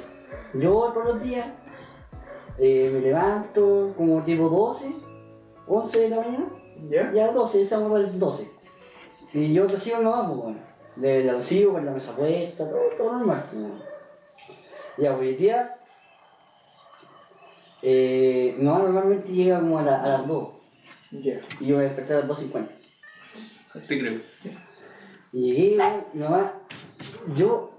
Yo todos los días eh, me levanto como tipo 12, 11 de la mañana.
¿Ya?
Ya 12, esa hueá el 12. Y yo recibo nomás, pues, bueno. De la recibo con la mesa puesta, todo, todo normal, pues, bueno. Ya, pues, hoy día. Eh, mi mamá normalmente llega como a, la- a las 2
Ya.
y yo me desperté a las 2.50.
Te creo.
Y llegué, weón, mi mamá, yo,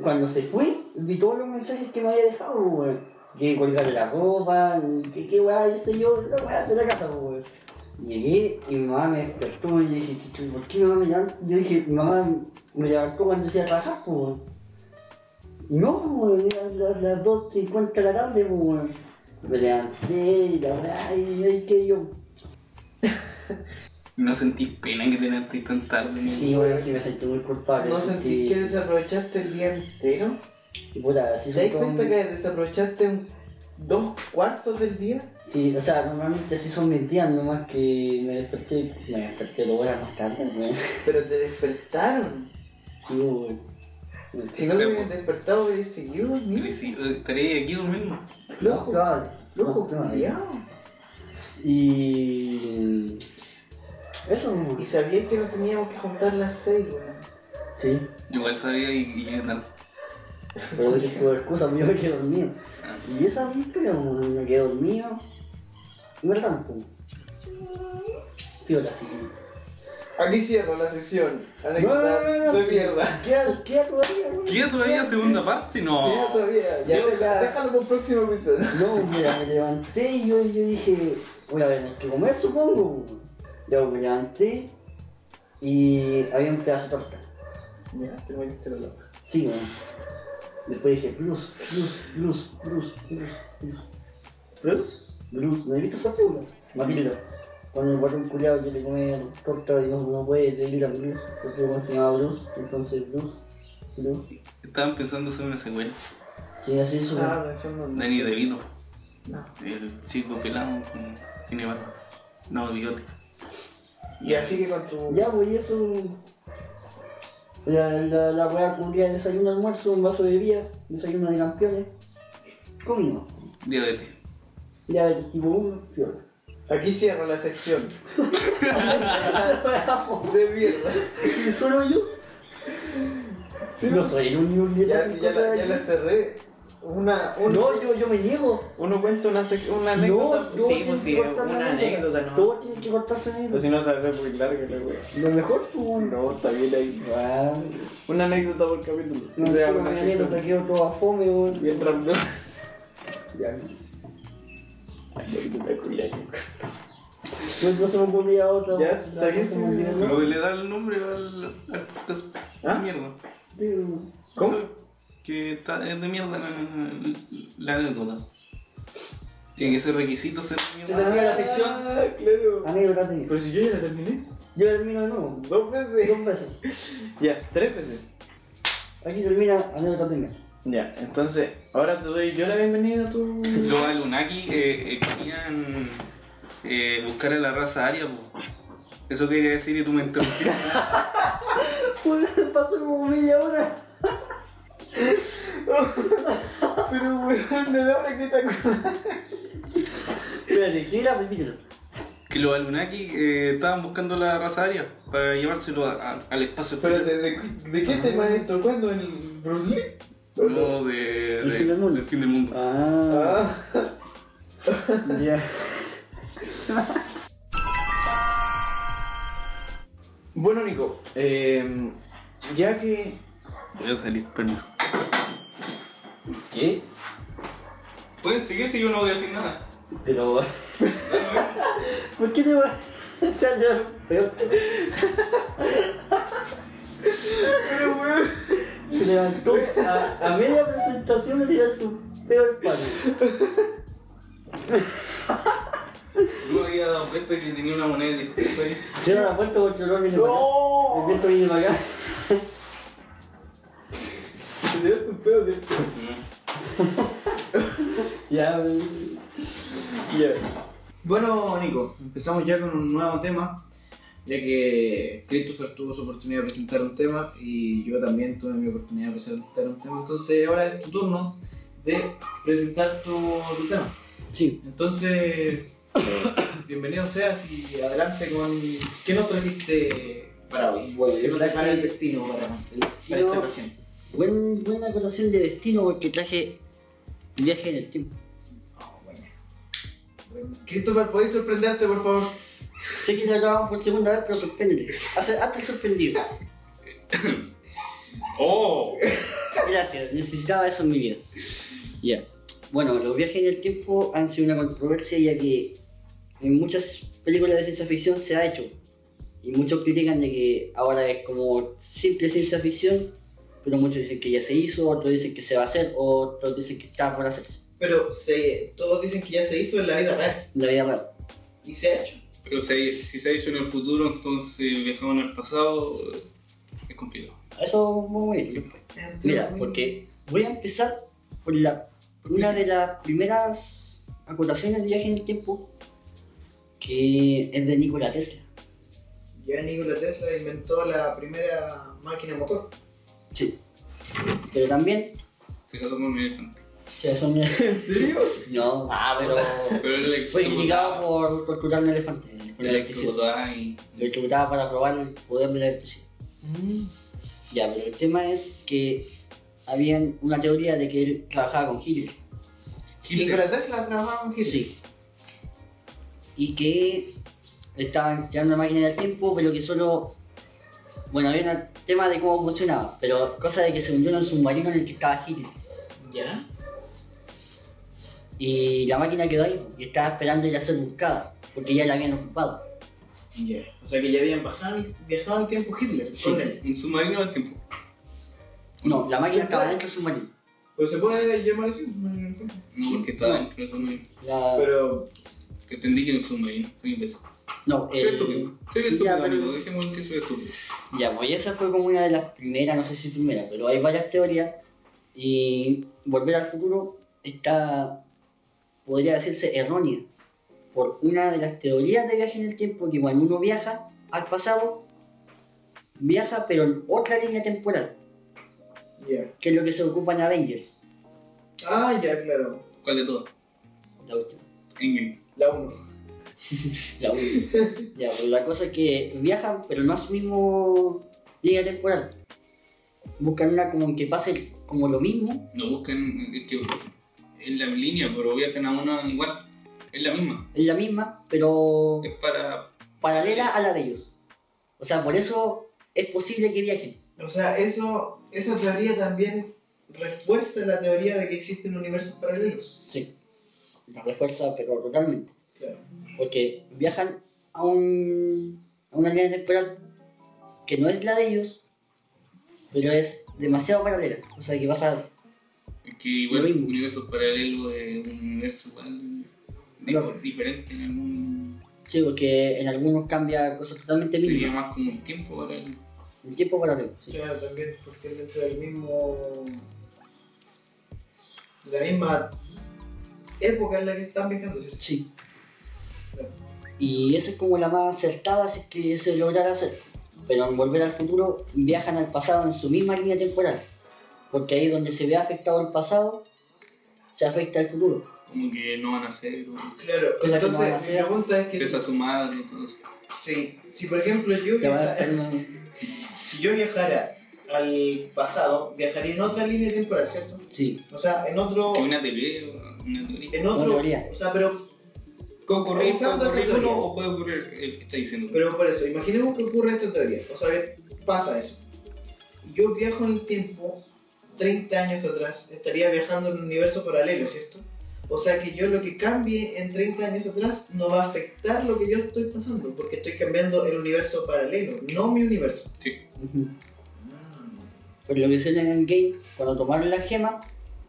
cuando se fue, vi todos los mensajes que me había dejado, pues, weón. Que colgarle la ropa, que qué weá, yo sé yo, la weá de la casa, pues, weón. Llegué y mi mamá me despertó y yo dije, "Chuchu, ¿por qué mi mamá me levantó? Yo dije, mi mamá me levantó cuando yo iba a trabajar, pues, weón. No, weón, era las, las 2.50 de la tarde, pues, weón. Me levanté y la weá, y y que yo,
No sentí pena que te levantes tan tarde. ni-
sí, weón, sí me sentí muy culpable.
¿No
sentí-
sentís que desaprovechaste el día entero?
Y puta, sí
¿Te das
soy como-
cuenta que desaprovechaste un- dos cuartos del día?
Sí, o sea, normalmente así son mis días, nomás que me desperté, me desperté dos horas más tarde, weón.
Pero te despertaron.
Sí, weón.
Si no te
Sí,
hubieras
pues.
despertado, hubieras seguido,
Pero
mira.
sí, eh, Estaría aquí durmiendo.
Loco, ah,
probable.
loco,
No, probable.
culiao.
Y. Eso, weón.
Y sabías que nos teníamos que juntar las seis, weón.
Sí,
Yo igual sabía y, y llegué tarde.
pero dije por excusa, me iba a quedar dormido.
Ah.
Y esa vez, weón, me quedé dormido. Y verdad, weón. Fiola, sí.
Aquí cierro la sesión.
No,
Anécdota
no, no, no,
de
sí.
mierda.
Queda, queda todavía, weón.
¿Queda todavía segunda parte? No.
Queda todavía. Ya,
Yo
deja-
ya-
déjalo para el próximo episodio.
No, mira, me levanté y yo, yo dije, voy a tener que comer, supongo. Yo me levanté y había un pedazo de torta.
Ya, tengo que estar loco.
Sí, weón. Después dije, plus, plus, plus, plus, plus, plus,
¿Plus?
plus. ¿No he visto esa película? Matilda. Cuando el guardián culiado quiere comer torta y no, no puede, le gritan plus. Porque el se llama plus, entonces plus, plus.
Estaban pensando hacer una secuela.
Sí, así es. weón.
Ah, no, eso no. no.
Danny DeVito.
No.
El chico pelado con... Tiene barba. No, bigote.
Y así que con tu.
Ya, pues, y eso. La, la, la weá cubría desayuno, almuerzo, un vaso de bebida, desayuno de campeones. Comimos.
Diabetes.
Ya el tipo 1, fiola.
Aquí cierro la sección
Ah,
de mierda.
¿Y solo yo? no soy el único que
Ya,
pasa
sí, ya, la,
cosas
ya
ahí.
la cerré. Una. un-
No, yo, yo me niego.
Uno cuenta una, sec- una
No,
anécdota.
yo
sí, pues sí, una anécdota, ¿no?
Todo tiene que cortarse en
Pues si no se hace muy larga la wea.
Lo mejor
pues.
tú.
No, está bien ahí.
Ah,
Una anécdota por capítulo.
No,
O sea,
sé,
una
una
sección.
anécdota quedó toda fome, weón.
Bien rápido.
Ya.
Anécdota culiada.
No, no se me ocurría otra.
Ya,
weón.
está
No
bien,
se me ocurría
sí, ya.
otra.
Pero le da el nombre al, al podcast.
¿Ah?
Mierda.
Pero-
¿Cómo?
Que está, es de mierda la, la anécdota. Tiene que ser requisito ser
Se termina la sección.
Ah, claro.
Amigo, la terminé.
Pero si yo ya la terminé.
Yo termino de nuevo.
Dos veces.
Dos veces.
Ya, tres veces.
Aquí termina anécdota primero.
Ya, entonces, ahora te doy yo la bienvenida a tu.
Los Alunaki eh, eh, querían eh, buscar a la raza aria, po. Eso quería decir y tú me interrumpiste.
Joder, Pasó como media hora.
Ah, Pero weón, de la hora que te acuerdas.
Espérate, ¿qué era? Repítelo.
que los Alunaki eh, estaban buscando la raza aria para llevárselo a- a- al espacio.
Espérate, ¿de, de qué tema es esto? ¿Cuándo? ¿El Bruce Lee?
No, de,
El
de-
fin del mundo.
fin del mundo.
Ah,
Ah,
ya.
Bueno, Nico, eh, ya que.
Voy a salir, permiso.
¿Qué?
Pueden seguir si yo no voy a decir nada.
Pero. ¿Por qué te vas a saltar peor? Se levantó a, a media presentación y tiró su peor palo.
No había dado cuenta que tenía una moneda de peso ahí.
Cierra la puerta porque el olor viene para acá. El viento viene para acá.
Te dieron tu pedo de.
Ya, eh,
Ya. Bueno, Nico, empezamos ya con un nuevo tema. Ya que Christopher tuvo su oportunidad de presentar un tema y yo también tuve mi oportunidad de presentar un tema. Entonces, ahora es tu turno de presentar tu, tu tema.
sí.
Entonces, bienvenido seas y adelante con. ¿Qué nos trajiste para hoy?
Bueno,
¿Qué
yo
nos depara el
traje-
destino para, para
Yo-
esta ocasión?
Buen- buena colación de destino porque traje viaje en el tiempo.
Christopher, ¿podéis sorprenderte, por favor?
Sé que te acaban por segunda vez, pero sorpréndete. Hace- Hazte el sorprendido.
¡Oh!
Gracias, necesitaba eso en mi vida. Ya. Bueno, los viajes en el tiempo han sido una controversia ya que en muchas películas de ciencia ficción se ha hecho. Y muchos critican de que ahora es como simple ciencia ficción, pero muchos dicen que ya se hizo, otros dicen que se va a hacer, otros dicen que está por hacerse.
Pero se, todos dicen que ya se hizo en la vida real.
En la vida real.
Y se ha hecho.
Pero si, si se hizo en el futuro, entonces viajamos al pasado. eh, Es complicado.
Eso vamos a ir después. Mira, porque voy a empezar por la
¿Por qué
una
sí?
de las primeras acotaciones de viaje en el tiempo, que es de Nikola Tesla.
Ya Nikola Tesla inventó la primera máquina motor.
Sí. Pero también.
Se casó con un elefante.
Sí, eso me...
¿En serio?
No. Ah, pero.
Pero él le
Fue criticado por torturar un elefante. eh, Por
Le
electricidad.
explotaba y.
Lo electrocutaba para probar el poder de la electricidad. Mm. Ya, pero el tema es que había una teoría de que él trabajaba con Hitler.
Hitler.
Nikola Tesla trabajaba con Hitler.
Sí. Y que estaban creando una máquina del tiempo, pero que solo. Bueno, había un tema de cómo funcionaba, pero cosa de que se hundió en un submarino en el que estaba Hitler.
¿Ya?
Y la máquina quedó ahí y estaba esperando ir a ser buscada, porque ya la habían ocupado.
Ya.
O sea que ya habían bajado- viajado al tiempo Hitler
Sí.
con él.
Un submarino al tiempo.
No, la máquina estaba
Claro.
dentro del submarino.
Pero Pues se puede llamar así. ¿no?
No, porque estaba dentro del submarino.
La-
Pero
Te entendí que era un submarino. Soy imbécil.
No,
Soy estúpido.
el...
Soy
Eh, Ya,
estúpido,
pero-
amigo. Dejémoslo que soy estúpido.
Ya, pues esa fue como una de las primeras, no sé si primera, pero hay varias teorías. Y volver al futuro está, podría decirse, errónea. Por una de las teorías de viaje en el tiempo, que cuando uno viaja al pasado, viaja pero en otra línea temporal,
Ya.
que es lo que se ocupa en Avengers.
Ah, ya, claro.
¿Cuál de todas?
La última.
Endgame.
La 1.
La última. ya, pues la cosa es que viajan, pero no a su mismo línea temporal. Buscan una como que pase como lo mismo.
No buscan. Es que. En la línea, pero viajan a una igual. Es la misma.
Es la misma, pero
Es para.
paralela a la de ellos. O sea, por eso es posible que viajen.
O sea, eso, esa teoría también refuerza la teoría de que existen universos paralelos.
Sí. La refuerza, pero totalmente.
Claro.
Porque viajan a, un, a una línea temporal que no es la de ellos, pero es demasiado paralela. O sea, que vas a...
Es que igual
Lo mismo.
universos paralelos es un universo igual. Digo, diferente en algún.
Sí, porque en algunos cambia cosas totalmente
Sería
mínimas.
más como un tiempo para él.
El tiempo para luego, sí.
Claro, también, porque es dentro del mismo. de la misma época en la que están viajando, ¿cierto?
Sí. Y eso es como la más acertada si es que se lograra hacer. Pero en Volver al Futuro viajan al pasado en su misma línea temporal. Porque ahí es donde se ve afectado el pasado, se afecta el futuro.
Como que no van a ser. o-
Claro,
Cosa que no van a
entonces mi
hacer.
pregunta es que.
Pesa a su madre y todo eso.
Sí, si por ejemplo yo
Te va a
viajara-
enfermar.
si yo viajara al pasado, viajaría en otra línea temporal, ¿cierto?
Sí.
O sea, en otro.
Que una teoría, o una teoría.
En otro.
No, teoría.
O sea, pero.
Eh, Concurrir, puede
Usando esa
ocurrir uno
teoría.
o puede ocurrir el que está diciendo.
Pero por eso, imaginemos que ocurre esta teoría. O sea, que pasa eso. Yo viajo en el tiempo 30 años atrás, estaría viajando en un universo paralelo, ¿cierto? O sea que yo lo que cambie en 30 años atrás no va a afectar lo que yo estoy pasando, porque estoy cambiando el universo paralelo, no mi universo. Ah,
Ujú. Por lo que hicieron en el game, cuando tomaron la gema,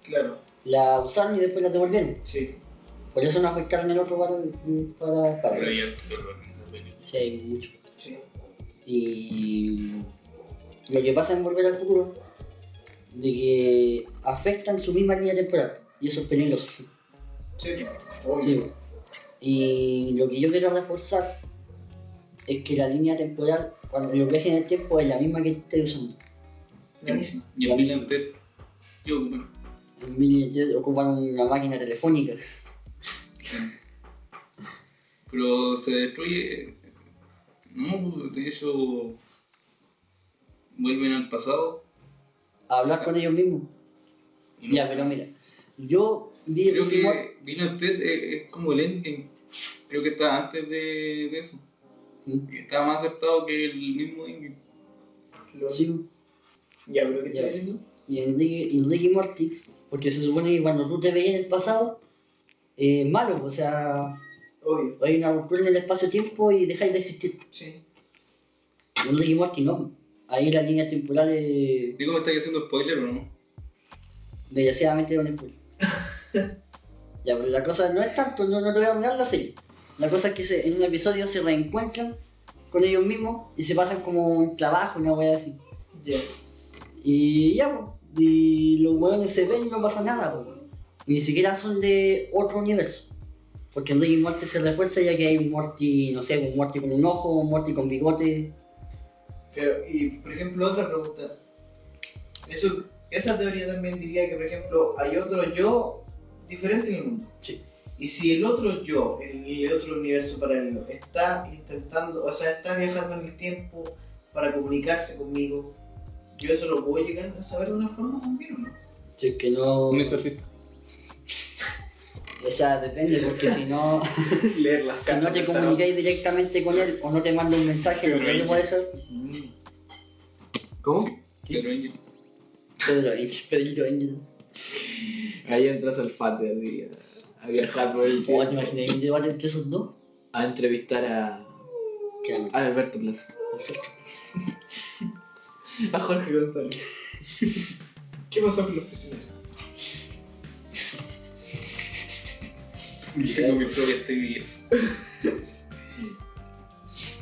Claro,
la usaron y después la devolvieron.
sí.
Por eso no afectaron el otro para... para, para
Pero
sí.
ya estoy organizando películas.
hay mucho.
sí.
Y lo que pasa en Volver al Futuro, de que afectan su misma línea temporal. Y eso es peligroso.
Sí, obvio.
Sí. Y lo que yo quiero reforzar es que la línea temporal, cuando lo viajes en el tiempo, es la misma que estoy usando.
La misma.
Y
La
el
misma.
Milan Ted. Yo, bueno.
En mi línea ocupan una máquina telefónica.
Pero se destruye. No, de hecho. Vuelven al pasado.
A hablar con ellos mismos.
y no-
Ya, pero mira, yo vi el
Creo
último-
que Milan Ted es, es como el endgame. Creo que está antes de, de eso.
¿Mm?
Está más aceptado que el mismo endgame.
Lo-
Sí.
Ya, pero ¿qué
Ya.
estás diciendo?
y Enrique, y Ricky Morty, porque se supone que cuando tú te veías en el pasado, eh, malo, o sea,
Obvio,
hay una ruptura en el espacio-tiempo y dejáis de existir.
sí.
Y En Ricky Morty no, ahí la línea temporal es
Digo, me estáis haciendo spoiler o no.
desgraciadamente no después. ya, pero la cosa no es tanto, no, no te voy a arruinar la serie. La cosa es que se- en un episodio se reencuentran con ellos mismos y se pasan como un trabajo, una wea así.
Ya.
Y ya, po. y los hueones se ven y no pasa nada, po. ni siquiera son de otro universo. Porque en Rick y Morty se refuerza ya que hay un Morty, no sé, un Morty con un ojo, un Morty con bigote.
Pero, y por ejemplo, otra pregunta. Eso, esa teoría también diría que, por ejemplo, hay otro yo diferente en el mundo.
Sí.
Y si el otro yo, en el otro universo paralelo, está intentando, o sea, está viajando en el tiempo para comunicarse conmigo, ¿yo eso lo puedo llegar a saber de una forma también o no?
Así que no...
Un exorcista.
O sea, depende, porque si no,
Leer las
si no te
que están
comunicáis directamente con él o no te manda un mensaje,
Pero
lo que
ahí-
puede ser...
¿Cómo?
Pero Angel.
Pedro Angel, Pedrito Angel.
Ahí entras al FATE así, a, a viajar por
O Oh,
el
te
tiempo,
imaginas un debate entre esos dos.
a entrevistar a,
Claro.
a Alberto Plaza. A Jorge González.
¿Qué pasó con los prisioneros?
Yo tengo mi propia teorías.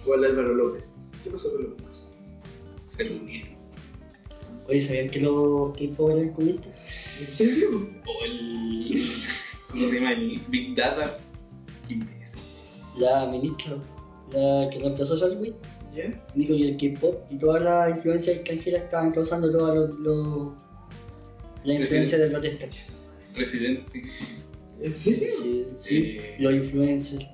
O el Álvaro López. ¿Qué pasó con los prisioneros?
Se reunieron.
Oye, ¿sabían que los K-Pop eran comunistas?
¿En serio?
O el. ¿Cómo se llama? El Big Data. Qué imbécil.
La ministra, la que reemplazó a Sarwin.
¿Ya?
dijo que el K-pop y todas las influencias extranjeras estaban causando todas los, los- la influencia de los destaches.
Presidente.
¿En serio?
Sí, sí,
Eh.
los influencers.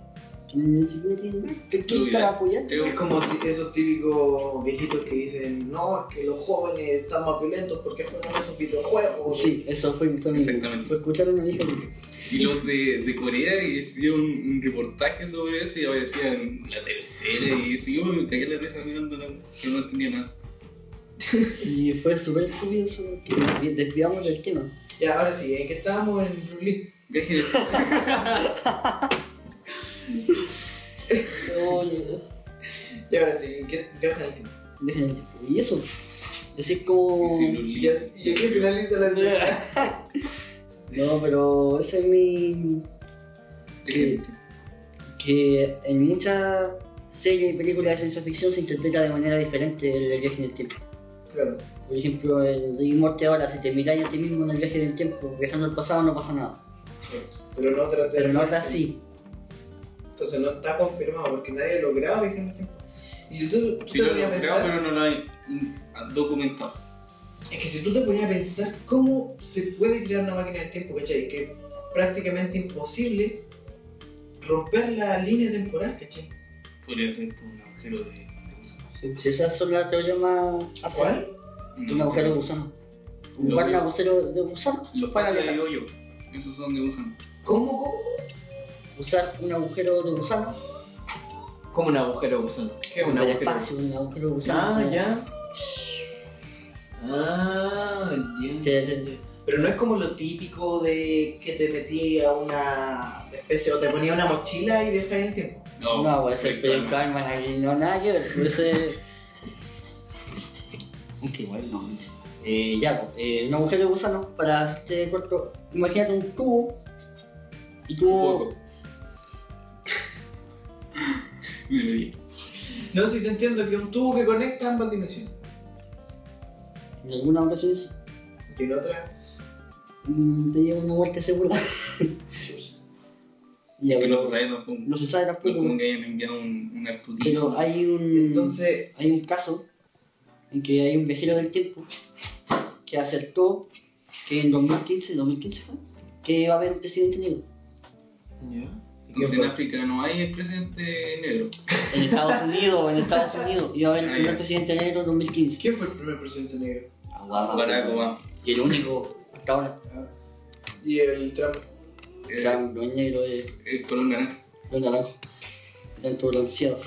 Que ni siquiera tienen nada, que tú
Muy
estás
bien.
apoyando.
Creo
Es como ti- esos típicos viejitos que dicen, no, es que los jóvenes están más violentos porque juegan a esos videojuegos.
Sí, eso fue, fue mi
Exactamente.
Fue escuchar a una vieja.
Y los de, de Corea hicieron un, un reportaje sobre eso y aparecían la tercera y eso. Yo me caí en la risa mirando la pero no entendía nada.
Y fue súper curioso que nos vi- desviamos del tema.
Ya, ahora sí, ¿en qué estábamos en Bruce Lee?
Viaje en el-
Oye,
Ya, ahora sí, ¿en qué viaja en el tiempo?
dejen el tiempo. Y eso, así es como...
hicieron un
¿Y,
libro.
as- y aquí finaliza la escena?
No, pero ese es mi. que, que en muchas series y películas de ciencia ficción se interpreta de manera diferente el, el viaje en el tiempo.
Claro.
Por ejemplo, el Rick y Morty ahora, si te miráis a ti mismo en el viaje del tiempo, viajando al pasado no pasa nada.
Pero no te lo
Pero en otras sí.
Entonces no está confirmado porque nadie ha logrado viajar en el tiempo. Y si tú, tú
Sí,
te
yo lo
ponías a
he
pensar,
creado, pero no lo hay mm, documentado.
es que si tú te ponías a pensar cómo se puede crear una máquina del tiempo, ¿cachai? Que es prácticamente imposible romper la línea temporal, ¿cachai?
Podría ser por un agujero de. de gusano.
Si esas son las teorías más.
¿Cuál?
Un agujero de gusano. Un
Lo
gran
que-
agujero de gusano.
Los
para
palos de
viajar.
hoyo. Esos son de gusano.
¿Cómo, cómo?
Usar un agujero de gusano.
Como un agujero gusano.
¿Qué
un
una?
del
agujero?
espacio, un agujero de gusano.
Ah,
como-
ya. Ah, entiendo.
que- que-
Pero no es como lo típico de que te metí a una especie o te ponía una mochila y viajabas en el tiempo.
No, pues
perfecto,
el Pedro
hermano.
Carmen aquí no nada que ver. pero ese- Aunque igual no. Eh, ya, pues, eh, un agujero de gusano para este cuerpo. Imagínate un tubo. Y tubo.
Poco. Melodía.
No, si te entiendo que es un tubo que conecta ambas dimensiones.
En alguna ocasión sí,
Y en otra,
mm, te lleva una vuelta segura. ya,
Que
pero
no se sabe tampoco.
no se sabe
No es
tampoco.
como que hayan enviado un, un artudillo.
Pero hay un.
entonces,
hay un caso en que hay un viajero del tiempo que acertó que en 2015, 2015 fue, que iba a haber un presidente negro.
Entonces en África no hay el presidente negro.
En Estados Unidos, en Estados Unidos, iba a haber el
Ah,
primer
ya.
presidente negro en 2015.
¿quién fue el primer presidente negro?
Obama,
Barack Obama.
Y el único hasta ahora.
Y el Trump.
Eh,
Claro, no es negro, es,
El color naranja.
es naranjo. Tanto bronceado.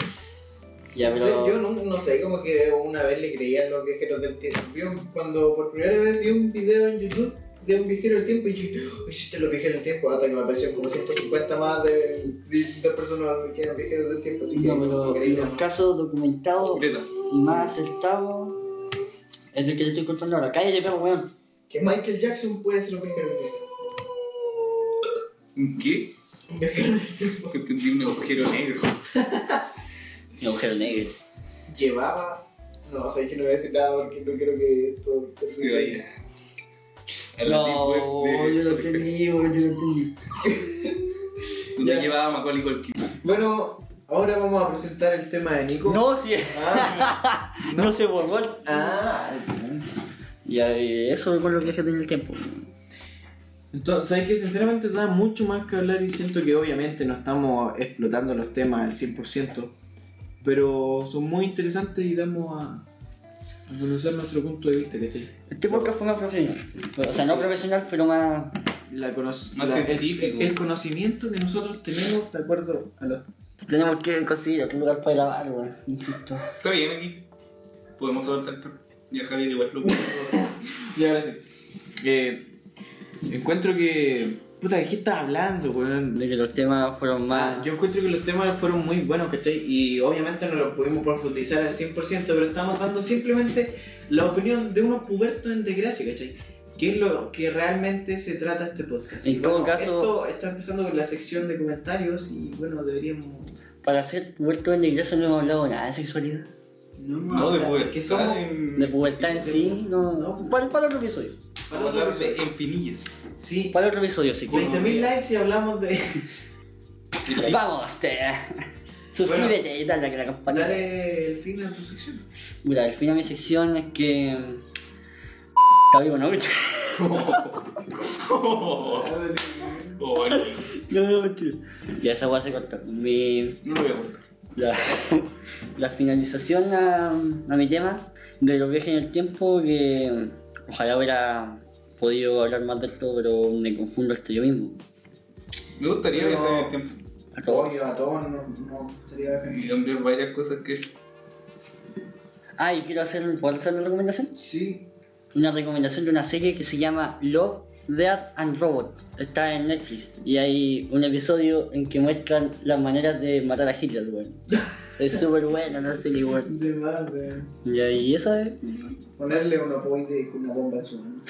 Ya,
No sé,
pero.
yo no, no sé, como que una vez le creía a los viajeros del tiempo. Vi un- cuando por primera vez vi un video en YouTube de un viajero del tiempo y dije, "Uy, si te los viajeros del tiempo, hasta que me aparecieron como 150 más de de distintas personas que eran viajeros del tiempo, así que
No, pero
no creí
los
nada.
casos documentados
Greta.
y más acertados es del que te estoy contando ahora. Cállate, pero weón.
Que Michael Jackson puede ser un viajero del tiempo.
¿Qué?
Un viajero del tiempo.
Que tendría un agujero negro.
Mi agujero negro.
Llevaba. No, o sea, es que no voy a decir nada porque no creo que esto
Se vaya. A la
No,
deep web de-
yo lo entendí, weón, yo lo entendí.
Donde
Ya.
llevaba a Macaulay Culkin.
Bueno, ahora vamos a presentar el tema de Nico.
No, si no. se borró. el-
Ah,
Ya, eh, eso con lo que tenía el tiempo.
Entonces, ¿sabes que Sinceramente da mucho más que hablar y siento que obviamente no estamos explotando los temas al 100%, pero son muy interesantes y damos a, a conocer nuestro punto de vista, ¿cachai?
Este podcast fue más profesional. O sea, no profesional, pero más.
La conoc-
Más
la-
científico.
el, el conocimiento que nosotros tenemos de acuerdo a los...
Tenemos que conseguir otro lugar para grabar, weón, insisto.
Está bien aquí. Podemos soltar el perro. Ya Javier igual lo puso.
Y ahora sí. Eh, encuentro que... Puta, ¿de qué estás hablando, weón?
De que los temas fueron
Ah,
más.
yo encuentro que los temas fueron muy buenos, ¿cachai? Y obviamente no los pudimos profundizar al 100%, pero estamos dando simplemente la opinión de unos pubertos en desgracia, ¿cachai? Que es lo que realmente se trata este podcast.
En
Y
todo
bueno,
caso-
Esto está empezando con la sección de comentarios y bueno, deberíamos.
Para ser muerto en la iglesia no hemos hablado nada de sexualidad.
No,
No, de poder.
Que somos.
De pubertad en sí, no.
No.
Para, para otro episodio.
Para
Vamos a
otro
hablar de
episodio.
empinillas.
Sí,
Para otro episodio, sí.
20.000 likes y hablamos de.
Vamos, te. Suscríbete y dale a la campanita.
Dale el fin a tu sección.
Mira, el fin de mi sección es que. mm, Está vivo, ¿no?
Oh, oh, bueno.
No, no, mentira. Ya esa weá se cortó. Mi,
No lo voy a cortar.
la, la finalización a, a mi tema de los viajes en el tiempo, que ojalá hubiera podido hablar más de esto, pero me confundo hasta yo mismo.
Me gustaría
No.
viajar en el tiempo.
A todos.
Oye, a todos nos no gustaría viajar.
Y cambiar varias cosas que.
Ah, y quiero hacer, ¿puedo hacer una recomendación?
Sí.
Una recomendación de una serie que se llama Love, Death and Robot. Está en Netflix y hay un episodio en que muestran las maneras de matar a Hitler, weón. Es súper buena la serie, weón.
De más, de
Y ahí eso es.
ponerle un apoyo con una bomba en su mano.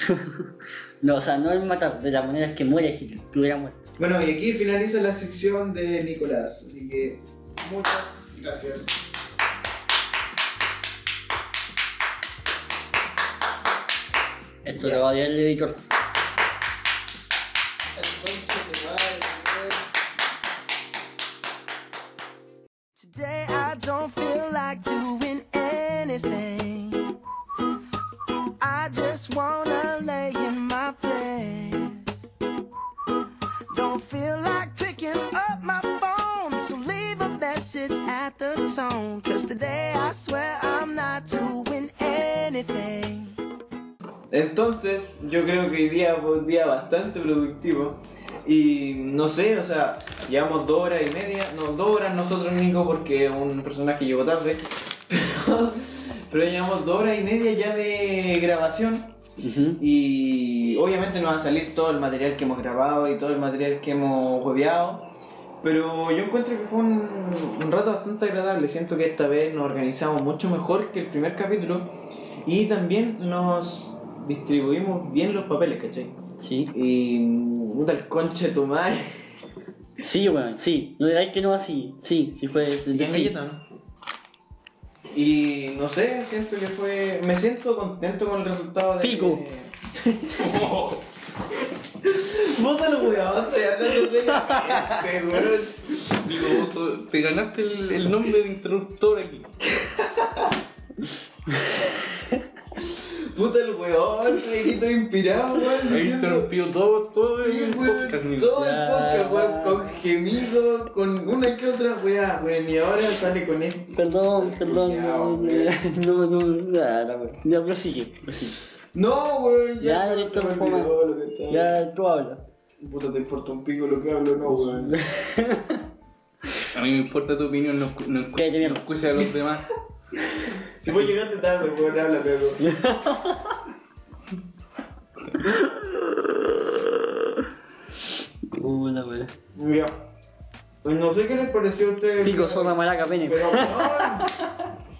No, o sea, no es matar, de la manera es que muere Hitler, que hubiera muerto.
Bueno, y aquí finaliza la sección de Nicolás. Así que muchas gracias.
Esto lo va a leer el editor.
Today I don't feel like doing anything. I just wanna lay in my bed. Don't feel like picking up my phone, so leave a message at the tone. Cause today I swear I'm not doing anything.
Entonces, yo creo que hoy día fue un día bastante productivo. Y no sé, o sea, llevamos dos horas y media, no, dos horas nosotros, Nico, porque un personaje llegó tarde. Pero, pero llevamos dos horas y media ya de grabación. Y obviamente no va a salir todo el material que hemos grabado y todo el material que hemos hueveado. Pero yo encuentro que fue un, un rato bastante agradable. Siento que esta vez nos organizamos mucho mejor que el primer capítulo. Y también nos distribuimos bien los papeles, ¿cachai?
Sí.
Y. mm, Puta el conche tu madre.
Sí, weón, sí. No digáis que no así. Sí, sí fue. sí.
Bien galleta, ¿no? Y no sé, siento que fue. Me siento contento con el resultado de.
Pico.
Bótalo, weón, estoy hablando
Este,
seriamente, weón.
Digo, vos sos- te ganaste el, el nombre de interruptor aquí.
Puta el weón, me quito inspirado, weón.
He
diciendo-
interrumpido todo, todo
Sí,
el
weón,
podcast. Nico.
Todo el podcast, weón, con gemidos, con una que otra weá, weón, y ahora sale con esto.
Perdón, perdón,
Ya,
no,
hombre.
no, no, nada, weón. Ya prosigue, prosigue.
No, weón,
Ya,
ya,
director,
se me
toma.
olvidó lo que estaba-
Ya tú hablas.
Puta, te importa un pico lo que hablo, no, weón.
A mí me importa tu opinión, no, escu- no, escu-
Cállate, mierda.
no escucha a los demás.
Si vos llegaste tarde, weón, habla, pero.
Hola, weón.
Ya. Pues no sé qué les pareció a ustedes.
Pico,
pero-
zorra, maraca, pene.
Pero, weón,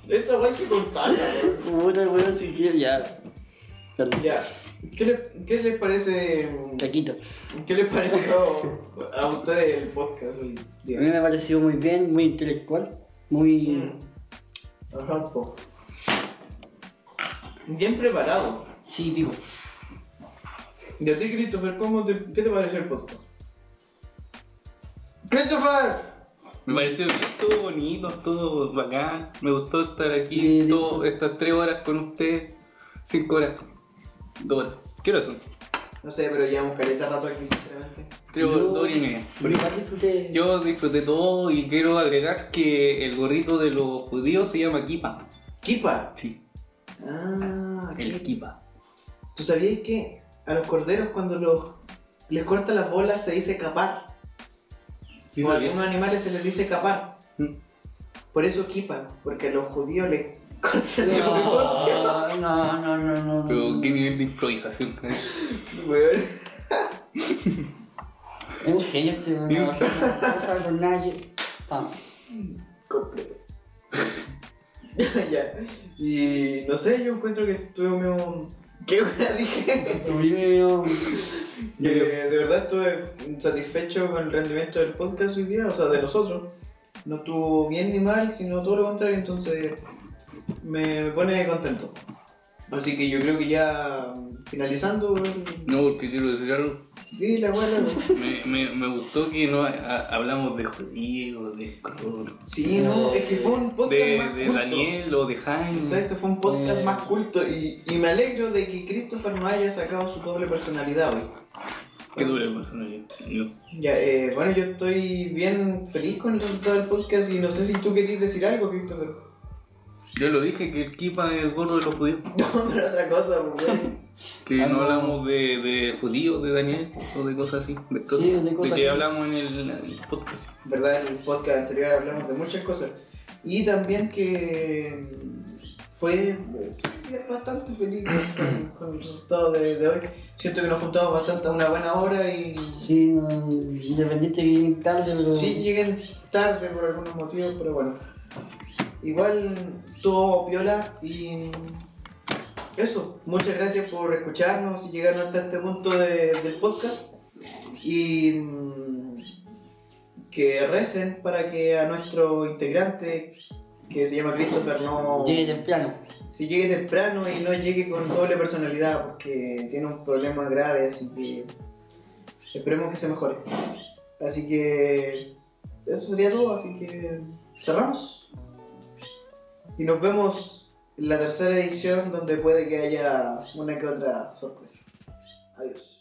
esa weá hay que cortarla, weón.
Puta, weón, si quieres, ya. Perdón.
Ya. ¿Qué, le- ¿Qué les parece? mm,
Te quito.
¿Qué les pareció a ustedes el podcast hoy
A
día?
mí me pareció muy bien, muy intelectual, muy.
Mm. Ajá, po. Bien preparado.
Sí, digo.
Y a ti, Christopher, ¿cómo te, ¿qué te pareció el podcast? ¡Christopher!
Me pareció bien, todo bonito, todo bacán. Me gustó estar
Sí,
aquí
sí.
todo- estas tres horas con ustedes. Cinco horas. Dos horas. ¿Qué hora son?
No sé, pero llevamos caleta rato aquí, sinceramente.
Tres horas, dos horas y media.
Yo igual disfruté.
Yo disfruté todo y quiero agregar que el gorrito de los judíos se llama Kipa.
¡Kipa!
Sí,
Ah,
el Kipa.
¿Tú sabías que a los corderos cuando los, les cortan las bolas se dice capar?
Sí,
o a
sabía.
algunos animales se les dice capar.
Mm.
Por eso kipa, porque a los judíos les cortan las bolas.
No, no, no, no, no.
Pero qué nivel de improvisación. eh.
Weón.
Es un genio este, weón.
Digo-
No sabe por nadie. Pam.
completo. ya. Y no sé, yo encuentro que estuve medio. ¿Qué weá dije?
Tu primero.
Eh, de verdad estuve satisfecho con el rendimiento del podcast hoy día, o sea, de nosotros. No estuvo bien ni mal, sino todo lo contrario, entonces me pone contento. Así que yo creo que ya mm, finalizando,
No, porque quiero decir algo.
di la weá. la-
Me, me, me gustó que no ha- hablamos de judíos, de,
Sí, no, es que fue un podcast
de,
más
de
culto.
Daniel o de Jaime.
Exacto, fue un podcast
Eh.
más culto y, y me alegro de que Christopher no haya sacado su doble personalidad hoy.
Qué dura personaje. No.
Ya, eh, bueno, yo estoy bien feliz con el resultado del podcast y no sé si tú querías decir algo, Christopher.
Yo lo dije que el Kipa es el gordo de los judíos.
No, pero otra cosa, pues, güey.
Que
Ah,
no
no.
hablamos de, de judíos, de Daniel o de cosas así. De,
Sí, de cosas
que
así.
hablamos en el, el podcast.
¿Verdad? En el podcast anterior hablamos de muchas cosas. Y también que mm, fue estoy bastante feliz con, con el resultado de, de hoy. Siento que nos juntamos bastante a una buena hora y...
Sí, no, independiente que llegue tarde, pero.
Sí, lleguen tarde por algunos motivos, pero bueno. Igual todo piola y eso, muchas gracias por escucharnos y llegaron hasta este punto de- del podcast. Y mm, que recen para que a nuestro integrante, que se llama Christopher, no
Llegue temprano.
si llegue temprano y no llegue con doble personalidad, porque tiene un problema grave, así que esperemos que se mejore. Así que eso sería todo, así que cerramos. Y nos vemos en la tercera edición donde puede que haya una que otra sorpresa. Adiós.